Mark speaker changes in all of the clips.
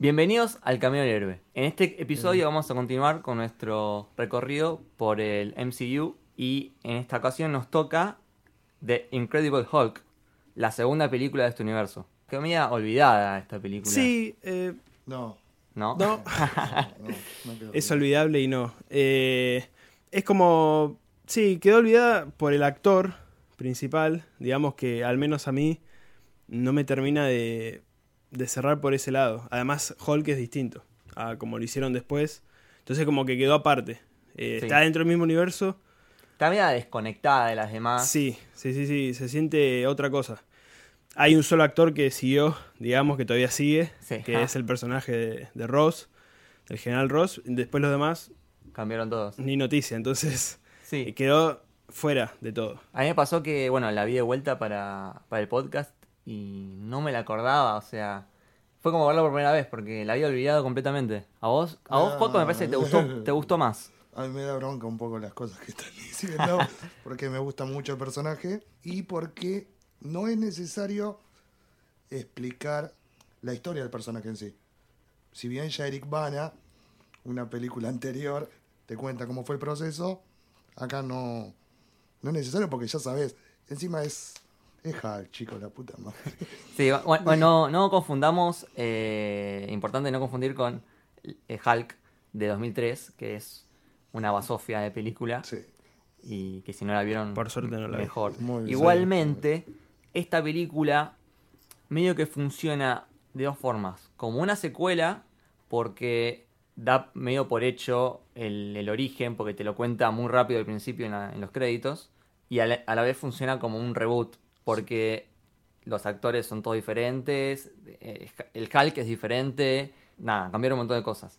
Speaker 1: Bienvenidos al Camino del Héroe. En este episodio vamos a continuar con nuestro recorrido por el MCU y en esta ocasión nos toca The Incredible Hulk, la segunda película de este universo. Qué media olvidada esta película.
Speaker 2: Sí, eh,
Speaker 3: No,
Speaker 1: ¿No?
Speaker 2: no,
Speaker 3: no, no quedó
Speaker 2: es
Speaker 3: bien.
Speaker 2: olvidable y no. Eh, es como, sí, quedó olvidada por el actor principal, digamos que al menos a mí no me termina de, de cerrar por ese lado. Además, Hulk es distinto a como lo hicieron después. Entonces como que quedó aparte. Eh,
Speaker 1: Sí.
Speaker 2: Está dentro del mismo universo,
Speaker 1: Está media desconectada de las demás.
Speaker 2: Sí, sí, sí, sí, se siente otra cosa. Hay un solo actor que siguió, digamos, que todavía sigue,
Speaker 1: Sí. Ah.
Speaker 2: que es el personaje de, de Ross, del general Ross. Después los demás,
Speaker 1: Cambiaron todos.
Speaker 2: ni noticia, entonces eh,
Speaker 1: Sí.
Speaker 2: quedó fuera de todo.
Speaker 1: A mí me pasó que, bueno, la vi de vuelta para, para el podcast y no me la acordaba, o sea, fue como verla por primera vez porque la había olvidado completamente. A vos, a vos
Speaker 3: Ah.
Speaker 1: Juaco, me parece que te gustó, te gustó más.
Speaker 3: A mí me da bronca un poco las cosas que están diciendo, porque me gusta mucho el personaje y porque no es necesario explicar la historia del personaje en sí. Si bien ya Eric Bana, una película anterior, te cuenta cómo fue el proceso, acá no, no es necesario porque ya sabes. Encima es. Es Hulk, chico, la puta madre.
Speaker 1: Sí, bueno, bueno, no confundamos, eh, importante no confundir con eh, Hulk de 2003, que es una basofia de película.
Speaker 3: Sí.
Speaker 1: y que si no la vieron
Speaker 2: Por suerte no la vi.
Speaker 1: mejor.
Speaker 3: Muy bien.
Speaker 1: Igualmente, esta película medio que funciona de dos formas, como una secuela porque da medio por hecho el, el origen, porque te lo cuenta muy rápido al principio en, la- en los créditos, y a la, a la vez funciona como un reboot, porque los actores son todos diferentes, eh, el Hulk es diferente, nada, cambiaron un montón de cosas.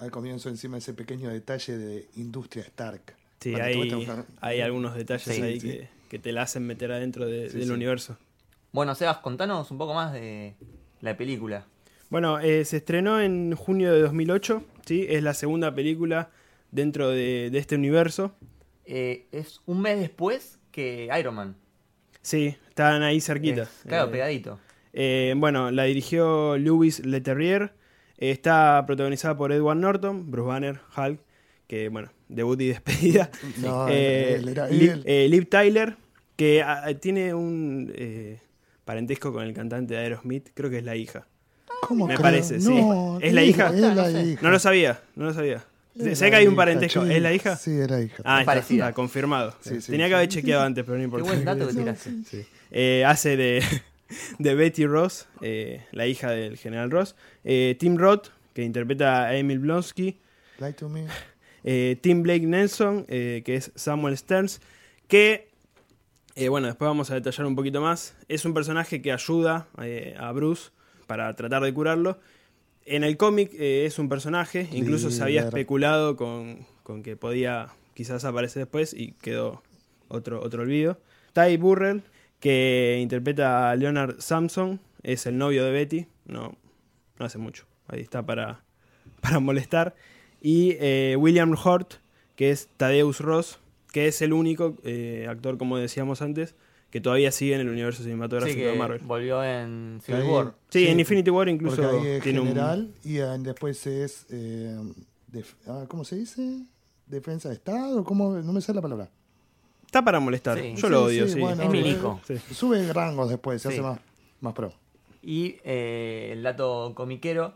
Speaker 3: Al comienzo, encima, ese pequeño detalle de Industria Stark.
Speaker 2: Sí,
Speaker 3: Cuando te
Speaker 2: hay,
Speaker 3: muestran-
Speaker 2: hay algunos detalles
Speaker 1: Sí,
Speaker 2: ahí
Speaker 3: sí.
Speaker 2: Que, que te la hacen meter adentro de-
Speaker 3: Sí,
Speaker 2: del
Speaker 3: sí.
Speaker 2: universo.
Speaker 1: Bueno, Sebas, contanos un poco más de la película.
Speaker 2: Bueno, eh, se estrenó en junio de 2008, ¿sí? es la segunda película dentro de- de este universo.
Speaker 1: eh, es un mes después que Iron Man.
Speaker 2: Sí, están ahí cerquita.
Speaker 1: Es- claro,
Speaker 2: Eh,
Speaker 1: pegadito.
Speaker 2: Eh, bueno, la dirigió Louis Leterrier. Eh, está protagonizada por Edward Norton, Bruce Banner, Hulk, que bueno, debut y despedida.
Speaker 3: No,
Speaker 2: Eh,
Speaker 3: Ah, él era
Speaker 2: Liv,
Speaker 3: él.
Speaker 2: eh, Liv Tyler, que ah, ah, tiene un eh, parentesco con el cantante de Aerosmith, creo que es la hija.
Speaker 3: ¿Cómo
Speaker 2: Me
Speaker 3: creo?
Speaker 2: parece, sí.
Speaker 3: No,
Speaker 2: ¿Es la
Speaker 3: es-
Speaker 2: hija?
Speaker 3: es la
Speaker 1: No sé.
Speaker 3: hija.
Speaker 2: No lo sabía, no lo sabía.
Speaker 3: Es
Speaker 2: sé
Speaker 3: la
Speaker 2: que hay un
Speaker 3: hija,
Speaker 2: parentesco,
Speaker 3: che.
Speaker 2: ¿es la hija?
Speaker 3: Sí, es la hija.
Speaker 2: Ah, está,
Speaker 1: Parecida.
Speaker 2: está, confirmado.
Speaker 3: Sí, sí,
Speaker 2: Tenía
Speaker 3: sí.
Speaker 2: que haber chequeado antes, pero no
Speaker 1: Qué
Speaker 2: importa.
Speaker 1: buen dato que tiraste.
Speaker 2: Eh, hace de, de Betty Ross, eh, la hija del general Ross. Eh, Tim Roth, que interpreta a Emil Blonsky.
Speaker 3: Lie to me.
Speaker 2: Eh, Tim Blake Nelson, eh, que es Samuel Stearns. Que, eh, bueno, después vamos a detallar un poquito más. Es un personaje que ayuda eh, a Bruce para tratar de curarlo. En el cómic eh, es un personaje, incluso se había
Speaker 3: Líder.
Speaker 2: especulado con, con que podía quizás aparecer después y quedó otro, otro olvido. Ty Burrell, que interpreta a Leonard Samson, es el novio de Betty, no, no hace mucho, ahí está para, para molestar. Y eh, William Hort, que es Tadeus Ross, que es el único eh, actor, como decíamos antes, que todavía sigue en el universo
Speaker 1: Sí,
Speaker 2: cinematográfico
Speaker 1: que
Speaker 2: de Marvel.
Speaker 1: volvió en Civil
Speaker 3: Ahí-
Speaker 1: War.
Speaker 2: Sí, en Infinity War incluso
Speaker 3: Porque ahí es
Speaker 2: tiene un-
Speaker 3: general y ah, después es. eh, def- ah, ¿Cómo se dice? ¿Defensa de Estado? ¿Cómo? No me sale la palabra.
Speaker 2: Está para molestar,
Speaker 1: Sí.
Speaker 2: yo lo
Speaker 3: Sí,
Speaker 2: odio,
Speaker 3: sí,
Speaker 2: sí.
Speaker 3: bueno, eh,
Speaker 1: Es milico.
Speaker 2: Sí.
Speaker 3: Sube rangos después, se
Speaker 1: Sí.
Speaker 3: hace más, más pro.
Speaker 1: Y eh, el dato comiquero.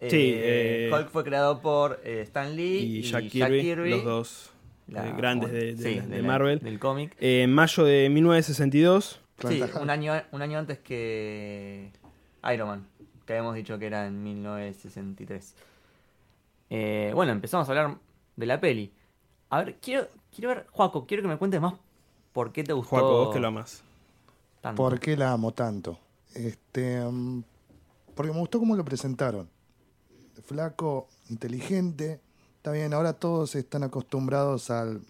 Speaker 1: eh,
Speaker 2: Sí, eh,
Speaker 1: Hulk fue creado por eh, Stan Lee
Speaker 2: Y Jack Kirby, los dos
Speaker 1: la-
Speaker 2: eh, grandes de, de-
Speaker 1: sí,
Speaker 2: de
Speaker 1: la-
Speaker 2: Marvel.
Speaker 1: Del cómic.
Speaker 2: Eh, en mayo de 1962.
Speaker 1: Sí,
Speaker 3: Planta-
Speaker 1: un año, un año antes que Iron Man, que habíamos dicho que era en 1963. Eh, bueno, empezamos a hablar de la peli. A ver, quiero, quiero ver, Juaco, quiero que me cuentes más por qué te gustó
Speaker 2: Juaco, vos que lo amás.
Speaker 1: tanto.
Speaker 3: ¿Por qué la amo tanto? Este, mm, porque me gustó cómo lo presentaron. Flaco, inteligente. Está bien, ahora todos están acostumbrados al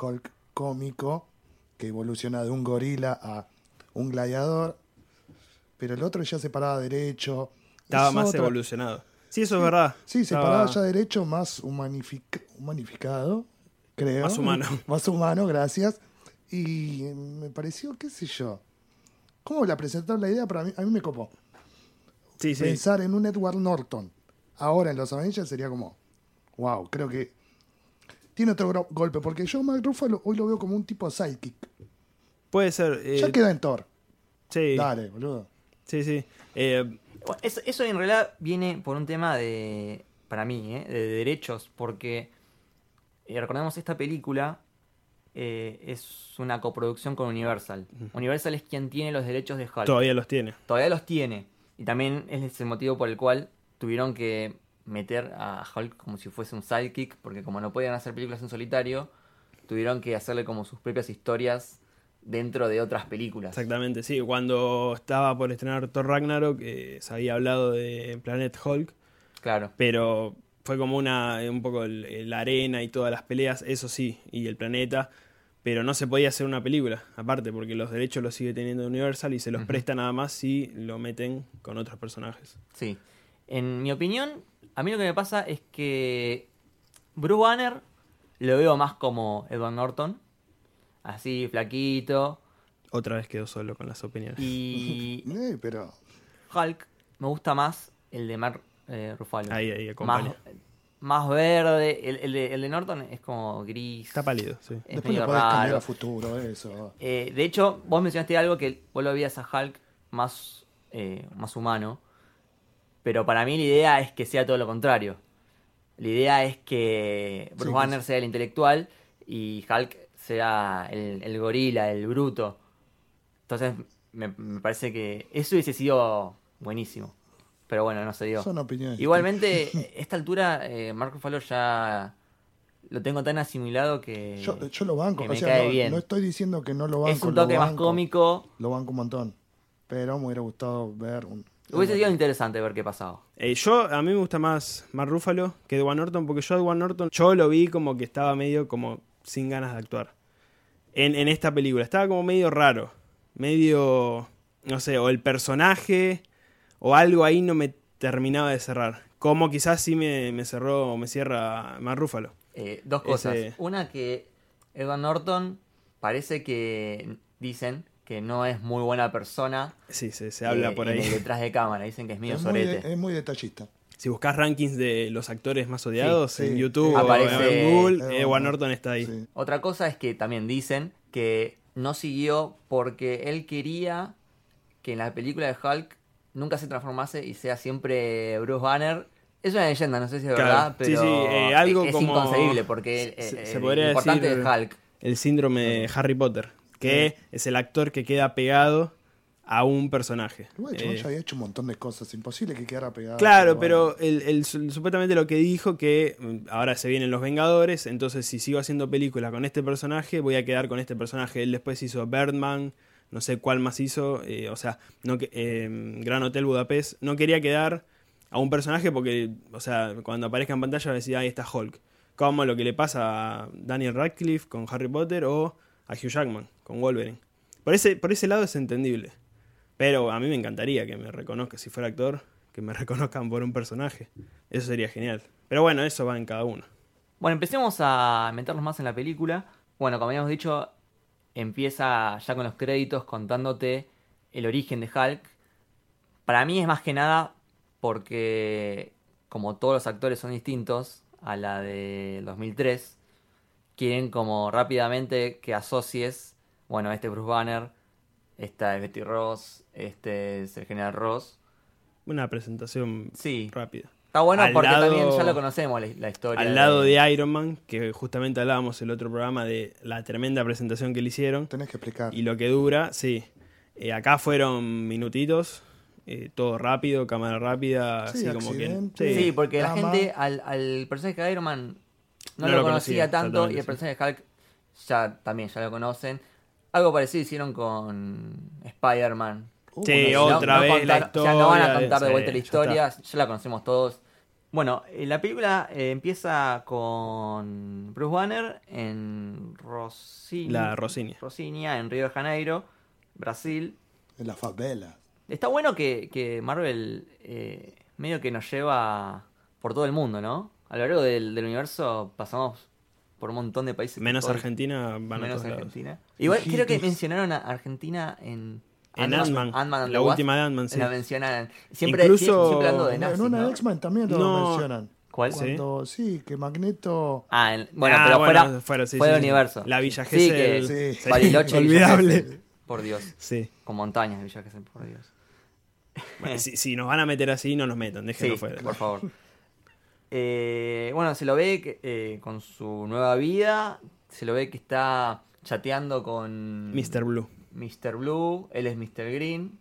Speaker 3: Hulk cómico que evoluciona de un gorila a un gladiador. Pero el otro ya se paraba derecho.
Speaker 2: Estaba
Speaker 3: Es
Speaker 2: más
Speaker 3: otra-
Speaker 2: evolucionado. Sí, eso es verdad.
Speaker 3: Sí, se
Speaker 2: Estaba-
Speaker 3: paraba ya derecho, más humanific- humanificado, creo.
Speaker 2: Más humano.
Speaker 3: Más humano, gracias. Y eh, me pareció, qué sé yo. ¿Cómo la presentaron la idea? Para mí, a mí me copó.
Speaker 2: Sí, sí.
Speaker 3: Pensar en un Edward Norton ahora en los Avengers sería como, wow, creo que tiene otro gro- golpe, porque yo a Mark Ruffalo hoy lo veo como un tipo sidekick.
Speaker 2: Puede ser. eh,
Speaker 3: ya queda en Thor.
Speaker 2: sí,
Speaker 3: Dale, boludo.
Speaker 2: sí, sí. Eh,
Speaker 1: Bueno, Eso, eso en realidad viene por un tema de, para mí, ¿eh? de derechos, porque eh, recordemos esta película eh, es una coproducción con Universal. Universal es quien tiene los derechos de Hulk.
Speaker 2: todavía los tiene.
Speaker 1: Todavía los tiene. Y también es ese motivo por el cual tuvieron que meter a Hulk como si fuese un sidekick, porque como no podían hacer películas en solitario, tuvieron que hacerle como sus propias historias dentro de otras películas.
Speaker 2: Exactamente, sí. Cuando estaba por estrenar Thor Ragnarok, eh, se había hablado de Planet Hulk,
Speaker 1: Claro.
Speaker 2: pero fue como una eh, un poco el- el- la arena y todas las peleas, eso sí, y el planeta, pero no se podía hacer una película, aparte, porque los derechos los sigue teniendo Universal y se los presta nada más si lo meten con otros personajes.
Speaker 1: Sí. En mi opinión, a mí lo que me pasa es que Bruce Banner lo veo más como Edward Norton. Así, flaquito.
Speaker 2: Otra vez quedó solo con las opiniones.
Speaker 1: Y
Speaker 3: Eh, pero
Speaker 1: Hulk me gusta más el de Mark eh, Ruffalo.
Speaker 2: Ahí, ahí, acompaña.
Speaker 1: más, más verde. El, el de, el de Norton es como gris.
Speaker 2: Está pálido, sí.
Speaker 1: Es
Speaker 3: después
Speaker 1: medio
Speaker 3: lo podés cambiar
Speaker 1: raro.
Speaker 3: a futuro, eso.
Speaker 1: Eh, de hecho, vos mencionaste algo que vos lo veías a Hulk más, eh, más humano. Pero para mí la idea es que sea todo lo contrario. La idea es que Bruce
Speaker 3: Sí, que
Speaker 1: Banner sea el intelectual y Hulk sea el, el gorila, el bruto. Entonces, me, me parece que eso hubiese sido buenísimo. Pero bueno, no se dio.
Speaker 3: Son opiniones.
Speaker 1: Igualmente, a esta altura, eh, Marco Ruffalo ya lo tengo tan asimilado que.
Speaker 3: Yo, yo lo banco,
Speaker 1: Eh, que
Speaker 3: o
Speaker 1: me
Speaker 3: sea,
Speaker 1: cae
Speaker 3: no,
Speaker 1: bien.
Speaker 3: no estoy diciendo que no lo banco.
Speaker 1: es un
Speaker 3: lo
Speaker 1: toque más
Speaker 3: banco.
Speaker 1: cómico.
Speaker 3: Lo banco un montón. Pero me hubiera gustado ver un.
Speaker 1: Hubiese sido interesante ver qué pasaba.
Speaker 2: Eh, yo, a mí me gusta más Mark Ruffalo que Edward Norton, porque yo a Edward Norton, yo lo vi como que estaba medio como sin ganas de actuar. En, en esta película, estaba como medio raro, medio, no sé, o el personaje, o algo ahí no me terminaba de cerrar. Como quizás sí me, me cerró o me cierra Mark Ruffalo.
Speaker 1: Eh, dos cosas.
Speaker 2: Ese-
Speaker 1: Una que Edward Norton parece que dicen que no es muy buena persona.
Speaker 2: Sí, se, se habla
Speaker 1: eh,
Speaker 2: por
Speaker 1: en el
Speaker 2: ahí.
Speaker 1: detrás de cámara, dicen que es medio
Speaker 3: es, muy,
Speaker 1: sorete.
Speaker 3: de- es muy detallista.
Speaker 2: Si buscas rankings de los actores más odiados
Speaker 3: sí.
Speaker 2: en YouTube o
Speaker 1: Aparece-
Speaker 2: en Google,
Speaker 3: Eh,
Speaker 2: Edward Norton está ahí.
Speaker 3: Sí.
Speaker 1: Otra cosa es que también dicen que no siguió porque él quería que en la película de Hulk nunca se transformase y sea siempre Bruce Banner. Es una leyenda, no sé si es
Speaker 2: Claro.
Speaker 1: verdad,
Speaker 2: Sí,
Speaker 1: pero
Speaker 2: sí, eh, algo
Speaker 1: es
Speaker 2: como-
Speaker 1: inconcebible porque
Speaker 2: se-
Speaker 1: eh,
Speaker 2: se
Speaker 1: eh,
Speaker 2: podría
Speaker 1: lo importante
Speaker 2: decir-
Speaker 1: es Hulk.
Speaker 2: el síndrome de Harry Potter, que es el actor que queda pegado a un personaje.
Speaker 3: Igual, el chabón
Speaker 2: Eh,
Speaker 3: ya había hecho un montón de cosas. Imposible que quedara pegado.
Speaker 2: claro,
Speaker 3: bueno.
Speaker 2: pero el- el su- supuestamente lo que dijo que mm, ahora se vienen los Vengadores, entonces si sigo haciendo películas con este personaje, voy a quedar con este personaje. Él después hizo Birdman, no sé cuál más hizo, eh, o sea, no, que- eh, Gran Hotel Budapest, no quería quedar a un personaje porque, o sea, cuando aparezca en pantalla va a decir, ahí está Hulk. Como lo que le pasa a Daniel Radcliffe con Harry Potter o a Hugh Jackman con Wolverine. Por ese, por ese lado es entendible. Pero a mí me encantaría que me reconozca, si fuera actor, que me reconozcan por un personaje. Eso sería genial. Pero bueno, eso va en cada uno.
Speaker 1: Bueno, empecemos a meternos más en la película. Bueno, como habíamos dicho, empieza ya con los créditos contándote el origen de Hulk. Para mí es más que nada porque, como todos los actores son distintos a la de 2003, quieren como rápidamente que asocies, bueno, este es Bruce Banner, esta es Betty Ross, este es el General Ross.
Speaker 2: Una presentación
Speaker 1: Sí,
Speaker 2: rápida.
Speaker 1: está bueno
Speaker 2: Al
Speaker 1: porque
Speaker 2: lado-
Speaker 1: también ya lo conocemos la, la historia.
Speaker 2: Al lado de Iron Man, que justamente hablábamos el otro programa de la tremenda presentación que le hicieron
Speaker 3: Tenés que explicar.
Speaker 2: y lo que dura, sí. Eh, acá fueron minutitos, eh, todo rápido, cámara rápida,
Speaker 3: Sí,
Speaker 2: así como que...
Speaker 3: accidente.
Speaker 1: Sí,
Speaker 2: Sí,
Speaker 1: porque la
Speaker 3: Drama.
Speaker 1: gente al, al personaje de Iron Man no,
Speaker 2: No
Speaker 1: lo
Speaker 2: lo
Speaker 1: conocía
Speaker 2: conocía,
Speaker 1: tanto y el
Speaker 2: exactamente,
Speaker 1: personaje de Hulk ya también ya lo conocen. Algo parecido hicieron con Spider-Man.
Speaker 3: Uh,
Speaker 2: Sí,
Speaker 3: bueno,
Speaker 2: otra vez la
Speaker 1: contaron- o sea, no van a
Speaker 2: historia,
Speaker 1: contar de
Speaker 2: sí,
Speaker 1: vuelta la
Speaker 2: ya
Speaker 1: historia, ya, la conocemos todos. Bueno, eh, la película eh, empieza con Bruce Banner en Rosin-
Speaker 2: La Rosinia.
Speaker 1: Rosinia, en Río de Janeiro, Brasil.
Speaker 3: En la favela.
Speaker 1: Está bueno que, que Marvel eh, medio que nos lleva por todo el mundo, ¿no? A lo largo del, del universo pasamos por un montón de países.
Speaker 2: menos
Speaker 1: Todo-
Speaker 2: Argentina van a
Speaker 1: menos
Speaker 2: todos lados.
Speaker 1: Argentina. Igual creo que
Speaker 3: Hijitos.
Speaker 1: mencionaron a Argentina en
Speaker 2: En
Speaker 1: Ant-Man-
Speaker 2: Ant-Man.
Speaker 1: Ant-Man and
Speaker 2: la
Speaker 1: the Wasp,
Speaker 2: última de Ant-Man, sí.
Speaker 1: La mencionan. Siempre,
Speaker 2: Incluso-
Speaker 1: siempre, siempre hablando de
Speaker 3: En-
Speaker 1: nazis,
Speaker 3: en una
Speaker 1: ¿no?
Speaker 3: X-Men también
Speaker 2: No.
Speaker 3: lo mencionan.
Speaker 1: ¿Cuál?
Speaker 2: Sí.
Speaker 3: Cuando, sí, que Magneto.
Speaker 1: Ah, en- bueno,
Speaker 2: Ah,
Speaker 1: pero
Speaker 2: bueno,
Speaker 1: fuera,
Speaker 2: fuera, sí,
Speaker 1: fue
Speaker 2: sí,
Speaker 1: del
Speaker 2: sí.
Speaker 1: universo.
Speaker 2: La Villa
Speaker 1: Sí,
Speaker 2: Gesell,
Speaker 1: que-
Speaker 3: sí.
Speaker 1: Bariloche,
Speaker 2: Olvidable.
Speaker 1: Villa Gesell, Por Dios.
Speaker 2: Sí.
Speaker 1: Con montañas de Villa Gesell, por Dios.
Speaker 2: Bueno, si, si nos van a meter así, no nos metan, déjenlo
Speaker 1: Eh. Sí,
Speaker 2: fuera.
Speaker 1: por favor. Eh, bueno, se lo ve que, eh, con su nueva vida. Se lo ve que está chateando con
Speaker 2: Mr. Blue.
Speaker 1: Mr. Blue. Él es Mr. Green.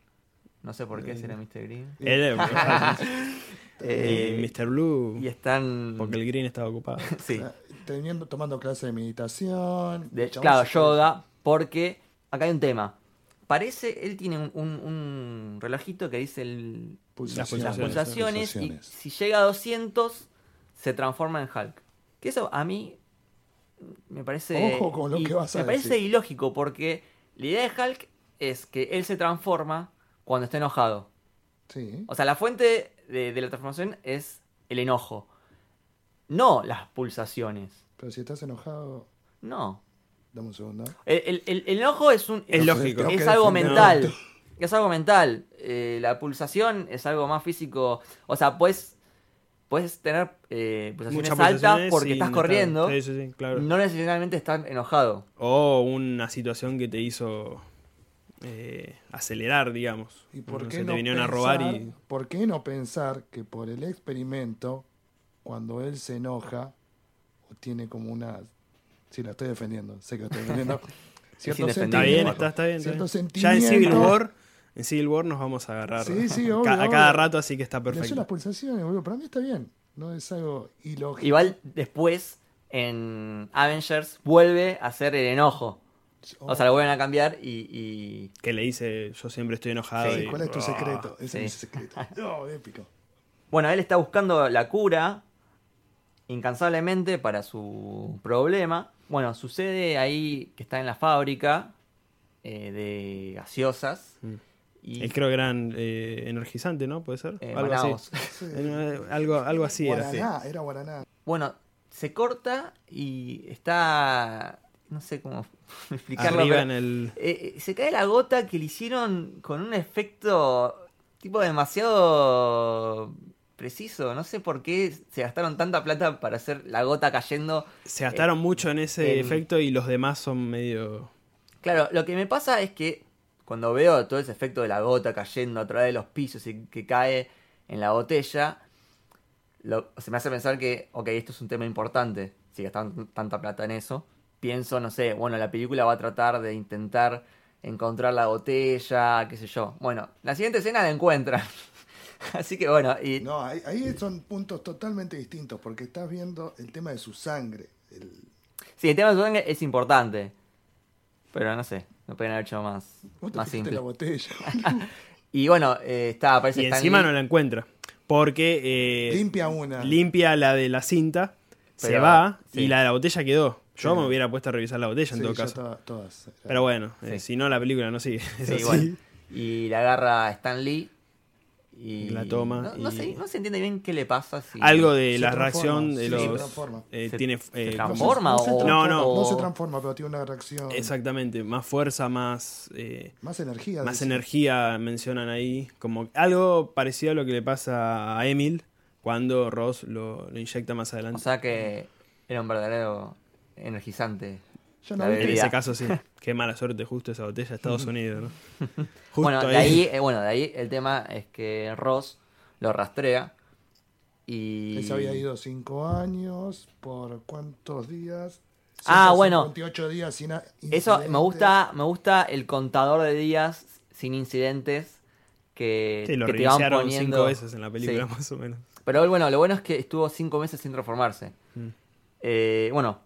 Speaker 1: No sé por qué será Mr. Green.
Speaker 2: Él es-
Speaker 1: Eh,
Speaker 2: y Mr. Blue.
Speaker 1: Y están.
Speaker 2: Porque el green estaba ocupado.
Speaker 1: Sí.
Speaker 3: eh, Teniendo, tomando clases de meditación.
Speaker 1: De-
Speaker 3: Ah, El chabón
Speaker 1: claro,
Speaker 3: se-
Speaker 1: yoga, porque acá hay un tema. Parece, él tiene un, un- un relojito que dice el-
Speaker 3: Pulsaciones.
Speaker 1: las pulsaciones, y
Speaker 3: Pulsaciones.
Speaker 1: si llega a 200 se transforma en Hulk. Que eso a mí me parece...
Speaker 3: Ojo con lo
Speaker 1: y-
Speaker 3: que vas a
Speaker 1: Me parece
Speaker 3: decir.
Speaker 1: ilógico porque la idea de Hulk es que él se transforma cuando está enojado.
Speaker 3: Sí.
Speaker 1: O sea, la fuente de, de la transformación es el enojo, no las pulsaciones.
Speaker 3: Pero si estás enojado.
Speaker 1: No.
Speaker 3: Dame un segundo. ¿eh?
Speaker 1: El, el- el- el enojo es un.
Speaker 2: Es
Speaker 1: es-
Speaker 2: lógico.
Speaker 3: Creo que
Speaker 1: Es algo
Speaker 3: defendemos
Speaker 1: mental.
Speaker 3: esto.
Speaker 1: Es algo mental. Eh, la pulsación es algo más físico. O sea, puedes, puedes tener eh, pulsaciones
Speaker 2: Muchas
Speaker 1: altas
Speaker 2: pulsaciones
Speaker 1: porque
Speaker 2: y
Speaker 1: estás
Speaker 2: no
Speaker 1: corriendo.
Speaker 2: Sí, sí, sí, claro.
Speaker 1: No necesariamente estar enojado.
Speaker 2: O una situación que te hizo eh, acelerar, digamos.
Speaker 3: ¿Y por
Speaker 2: No
Speaker 3: qué
Speaker 2: sé,
Speaker 3: no
Speaker 2: te vinieron a
Speaker 3: pensar-
Speaker 2: robar y.
Speaker 3: ¿Por qué no pensar que por el experimento, cuando él se enoja, o tiene como una. Si la estoy defendiendo, sé que la estoy defendiendo. Cierto
Speaker 1: indefendible.
Speaker 2: Está bien,
Speaker 1: Bueno,
Speaker 2: está, está bien. está
Speaker 3: cierto
Speaker 2: bien.
Speaker 3: sentimiento.
Speaker 2: Ya en Civil War, en Civil War nos vamos a agarrar
Speaker 3: Sí, sí,
Speaker 2: a
Speaker 3: obvio,
Speaker 2: ca- a
Speaker 3: obvio.
Speaker 2: cada rato, así que está
Speaker 3: Leyó las
Speaker 2: perfecto.
Speaker 3: pulsaciones, boludo. Para mí está bien. No es algo ilógico.
Speaker 1: Igual después en Avengers vuelve a ser el enojo. O sea, lo vuelven a cambiar y. y-
Speaker 2: Que le dice, yo siempre estoy enojado.
Speaker 1: Sí,
Speaker 2: y-
Speaker 3: ¿Cuál es tu
Speaker 2: Ah,
Speaker 3: secreto? Ese
Speaker 1: sí.
Speaker 3: es mi secreto. No, épico.
Speaker 1: Bueno, él está buscando la cura incansablemente para su problema. Bueno, sucede ahí que está en la fábrica eh, de gaseosas. Y,
Speaker 2: Eh, creo que eran eh, energizante, ¿no? ¿Puede ser?
Speaker 1: eh,
Speaker 2: algo,
Speaker 1: Manaos.
Speaker 2: así. Eh, algo, algo así era. sí.
Speaker 3: Guaraná, era Guaraná.
Speaker 1: Bueno, se corta y está... No sé cómo explicarlo.
Speaker 2: Arriba
Speaker 1: pero,
Speaker 2: en el.
Speaker 1: eh, eh, se cae la gota que le hicieron con un efecto tipo demasiado preciso. No sé por qué se gastaron tanta plata para hacer la gota cayendo.
Speaker 2: Se gastaron mucho en ese
Speaker 1: Eh, en-
Speaker 2: efecto y los demás son medio.
Speaker 1: Claro, lo que me pasa es que cuando veo todo ese efecto de la gota cayendo a través de los pisos y que cae en la botella, lo- se me hace pensar que, ok, esto es un tema importante, si gastan tanta plata en eso. Pienso, no sé, bueno, la película va a tratar de intentar encontrar la botella, qué sé yo. Bueno, la siguiente escena la encuentran. Así que bueno, y
Speaker 3: No, ahí, ahí son puntos totalmente distintos porque estás viendo el tema de su sangre. El-
Speaker 1: sí, el tema de su sangre es importante. Pero no sé, no pueden haber hecho más,
Speaker 3: vos te
Speaker 1: más
Speaker 3: fijaste en
Speaker 1: simple.
Speaker 3: la botella.
Speaker 1: Y bueno, eh, está, aparece
Speaker 2: Y
Speaker 1: Stan
Speaker 2: encima
Speaker 1: Lee.
Speaker 2: no la encuentra. Porque eh,
Speaker 3: Limpia una.
Speaker 2: limpia la de la cinta, se
Speaker 1: Pero-
Speaker 2: va
Speaker 1: sí.
Speaker 2: y la de la botella quedó. Yo
Speaker 3: Sí.
Speaker 2: me hubiera puesto a revisar la botella en
Speaker 3: Sí,
Speaker 2: todo
Speaker 3: ya
Speaker 2: caso.
Speaker 3: estaba- todas.
Speaker 2: Pero bueno,
Speaker 1: Sí.
Speaker 2: eh, si no, la película no sigue. Es
Speaker 1: Sí,
Speaker 2: así.
Speaker 1: bueno. Y la agarra Stan Lee. Y
Speaker 2: La toma
Speaker 1: No, no
Speaker 2: y-
Speaker 1: se, no se entiende bien qué le pasa. Si...
Speaker 2: Algo de
Speaker 3: Se
Speaker 2: la
Speaker 3: transforma,
Speaker 2: reacción de
Speaker 3: sí,
Speaker 2: los.
Speaker 3: se transforma.
Speaker 2: eh,
Speaker 1: Se-
Speaker 2: tiene,
Speaker 1: se
Speaker 2: eh,
Speaker 1: transforma
Speaker 3: no se,
Speaker 1: o-
Speaker 3: transforma,
Speaker 2: No, no.
Speaker 3: se transforma, pero tiene una reacción.
Speaker 2: Exactamente, más fuerza, más. eh,
Speaker 3: Más energía.
Speaker 2: más
Speaker 3: dice.
Speaker 2: energía mencionan ahí. Como algo parecido a lo que le pasa a Emil cuando Ross lo, lo inyecta más
Speaker 1: O
Speaker 2: adelante.
Speaker 1: sea que era un verdadero energizante.
Speaker 3: Yo no
Speaker 1: la
Speaker 3: vi
Speaker 2: en
Speaker 1: bebida.
Speaker 2: ese caso sí. Qué mala suerte, justo esa botella, Estados Unidos, ¿no? Justo
Speaker 1: bueno, de ahí, eh, bueno, de ahí el tema es que Ross lo rastrea. Y.
Speaker 3: Él se había ido cinco años, por cuántos días.
Speaker 1: Ah, bueno.
Speaker 3: 28 días sin a-
Speaker 1: Eso me
Speaker 3: incidentes.
Speaker 1: gusta, me gusta el contador de días sin incidentes que,
Speaker 2: Sí, lo
Speaker 1: eh, que te van
Speaker 2: reiniciaron
Speaker 1: poniendo.
Speaker 2: cinco veces en la película,
Speaker 1: Sí.
Speaker 2: más o menos.
Speaker 1: Pero bueno, lo bueno es que estuvo cinco meses sin transformarse. Eh, bueno,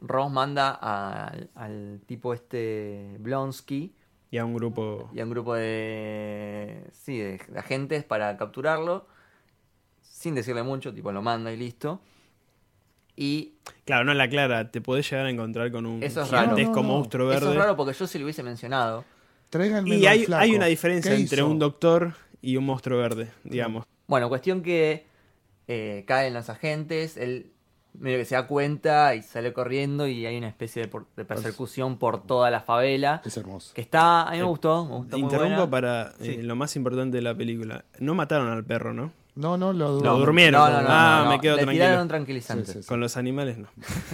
Speaker 1: Ross manda al, al tipo este Blonsky
Speaker 2: Y a un grupo.
Speaker 1: y a un grupo de, sí, de, de agentes para capturarlo. Sin decirle mucho, tipo lo manda y listo. Y
Speaker 2: Claro, no la clara, te podés llegar a encontrar con un
Speaker 1: Eso es raro.
Speaker 2: gigantesco
Speaker 3: No, no, no.
Speaker 2: monstruo verde.
Speaker 1: eso es raro porque yo si lo hubiese mencionado.
Speaker 3: Tráiganmelo
Speaker 2: Y
Speaker 3: al
Speaker 2: hay,
Speaker 3: flaco.
Speaker 2: hay una diferencia
Speaker 3: ¿Qué
Speaker 2: entre
Speaker 3: hizo?
Speaker 2: un doctor y un monstruo verde, digamos.
Speaker 1: Bueno, cuestión que eh, caen los agentes, él medio que se da cuenta y sale corriendo y hay una especie de, por- de persecución por toda la favela.
Speaker 3: Es hermoso.
Speaker 1: Que está, a mí me gustó, me gustó muy
Speaker 2: Interrumpo
Speaker 1: buena.
Speaker 2: para
Speaker 1: Sí.
Speaker 2: eh, lo más importante de la película. No mataron al perro, ¿no?
Speaker 3: No, no, lo
Speaker 2: Lo
Speaker 3: dudo.
Speaker 2: durmieron.
Speaker 1: No, no, no,
Speaker 2: ah,
Speaker 1: no, no,
Speaker 2: me quedo
Speaker 1: le
Speaker 2: tranquilo.
Speaker 1: tiraron tranquilizante.
Speaker 3: Sí, sí, sí.
Speaker 2: Con los animales no.